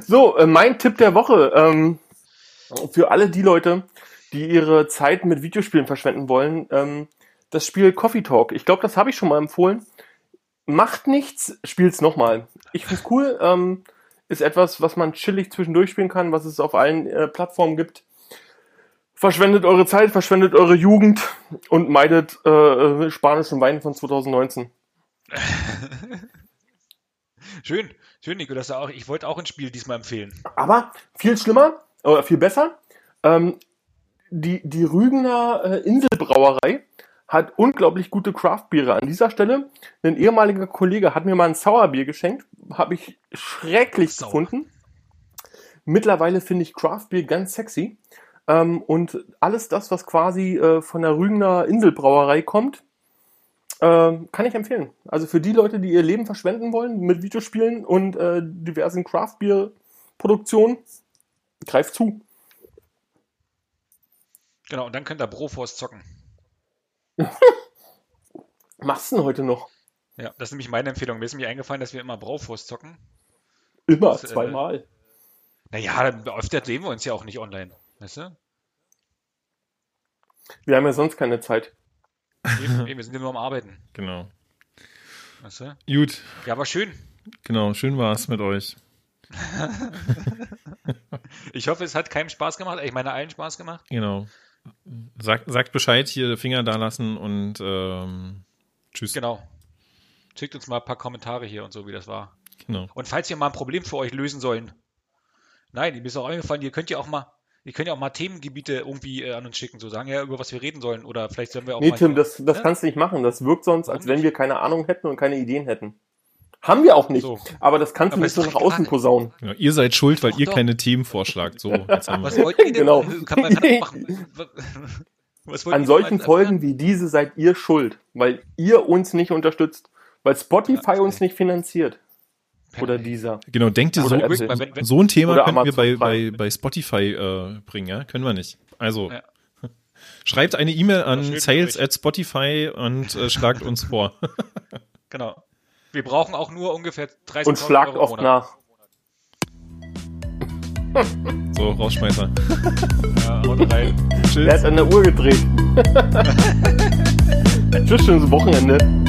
[SPEAKER 3] so, äh, mein Tipp der Woche. Ähm, für alle die Leute, die ihre Zeit mit Videospielen verschwenden wollen, ähm, das Spiel Coffee Talk. Ich glaube, das habe ich schon mal empfohlen. Macht nichts, spielt's nochmal. Ich find's cool. Ähm, ist etwas, was man chillig zwischendurch spielen kann, was es auf allen äh, Plattformen gibt. Verschwendet eure Zeit, verschwendet eure Jugend und meidet äh, äh, spanischen Wein von 2019.
[SPEAKER 2] Schön, schön, Nico, dass du auch, ich wollte auch ein Spiel diesmal empfehlen.
[SPEAKER 3] Aber viel schlimmer, oder viel besser, ähm, die, die Rügener äh, Inselbrauerei hat unglaublich gute Craftbiere. An dieser Stelle, ein ehemaliger Kollege hat mir mal ein Sauerbier geschenkt, habe ich schrecklich
[SPEAKER 2] Sauer.
[SPEAKER 3] gefunden. Mittlerweile finde ich Craftbier ganz sexy. Ähm, und alles das, was quasi äh, von der Rügener Inselbrauerei kommt, ähm, kann ich empfehlen. Also für die Leute, die ihr Leben verschwenden wollen mit Videospielen und äh, diversen Craftbier-Produktionen, greift zu.
[SPEAKER 2] Genau, und dann könnt ihr Broforce zocken.
[SPEAKER 3] Machst du denn heute noch?
[SPEAKER 2] Ja, das ist nämlich meine Empfehlung. Mir ist nämlich eingefallen, dass wir immer Broforce zocken.
[SPEAKER 3] Immer,
[SPEAKER 2] Das, äh,
[SPEAKER 3] zweimal.
[SPEAKER 2] Naja, dann öfter sehen wir uns ja auch nicht online. Weißt du?
[SPEAKER 3] Wir haben ja sonst keine Zeit.
[SPEAKER 2] Eben, eben, wir sind ja nur am Arbeiten.
[SPEAKER 1] Genau.
[SPEAKER 2] Weißt du?
[SPEAKER 1] Gut,
[SPEAKER 2] Ja, war schön.
[SPEAKER 1] genau. Schön war's mit euch.
[SPEAKER 2] Ich hoffe, es hat keinem Spaß gemacht. Ich meine, allen Spaß gemacht.
[SPEAKER 1] Genau. Sagt, sagt Bescheid hier, Finger da lassen und ähm, tschüss.
[SPEAKER 2] Genau. Schickt uns mal ein paar Kommentare hier und so, wie das war.
[SPEAKER 1] Genau.
[SPEAKER 2] Und falls wir mal ein Problem für euch lösen sollen. Nein, mir ist auch eingefallen, ihr könnt ja auch mal, ihr könnt ja auch mal Themengebiete irgendwie äh, an uns schicken, so sagen ja, über was wir reden sollen. Oder vielleicht sollen wir auch
[SPEAKER 3] Nee,
[SPEAKER 2] mal.
[SPEAKER 3] Tim, das, das
[SPEAKER 2] Oh Ja.
[SPEAKER 3] kannst du nicht machen. Das wirkt sonst,
[SPEAKER 2] Warum
[SPEAKER 3] als wenn wir keine Ahnung hätten und keine Ideen hätten. Haben wir auch nicht.
[SPEAKER 2] So.
[SPEAKER 3] Aber das kannst du
[SPEAKER 2] Aber
[SPEAKER 3] nicht
[SPEAKER 2] ist
[SPEAKER 3] so
[SPEAKER 2] doch
[SPEAKER 3] nach außen
[SPEAKER 2] egal.
[SPEAKER 3] posaunen.
[SPEAKER 1] genau. Ihr seid schuld, weil
[SPEAKER 2] Doch,
[SPEAKER 1] ihr
[SPEAKER 2] doch.
[SPEAKER 1] keine Themen vorschlagt. So, jetzt haben
[SPEAKER 2] Was
[SPEAKER 1] wir.
[SPEAKER 2] wollt ihr denn?
[SPEAKER 3] Genau.
[SPEAKER 2] Kann man, kann man machen. Was wollt
[SPEAKER 3] An
[SPEAKER 2] ihr
[SPEAKER 3] solchen
[SPEAKER 2] mal-
[SPEAKER 3] Folgen wie diese seid ihr schuld, weil ihr uns nicht unterstützt, weil Spotify uns nicht finanziert. Oder dieser.
[SPEAKER 1] Genau, denkt ihr so,
[SPEAKER 3] Oder also
[SPEAKER 2] Weil wenn- wenn-
[SPEAKER 1] so ein Thema
[SPEAKER 3] Oder
[SPEAKER 1] können wir bei,
[SPEAKER 3] Amazon
[SPEAKER 1] bei,
[SPEAKER 3] Prime.
[SPEAKER 1] bei Spotify äh, bringen, ja? Können wir nicht. Also,
[SPEAKER 2] Ja.
[SPEAKER 1] schreibt eine E-Mail an
[SPEAKER 2] schön
[SPEAKER 1] sales
[SPEAKER 2] durch.
[SPEAKER 1] at Spotify und äh, schlagt uns vor.
[SPEAKER 2] Genau. Wir brauchen auch nur ungefähr 30
[SPEAKER 3] Und schlagt oft nach.
[SPEAKER 1] So, Rausschmeißer.
[SPEAKER 2] Ja, also haut rein.
[SPEAKER 1] Tschüss.
[SPEAKER 3] Er hat an der Uhr gedreht. Tschüss, schönes Wochenende.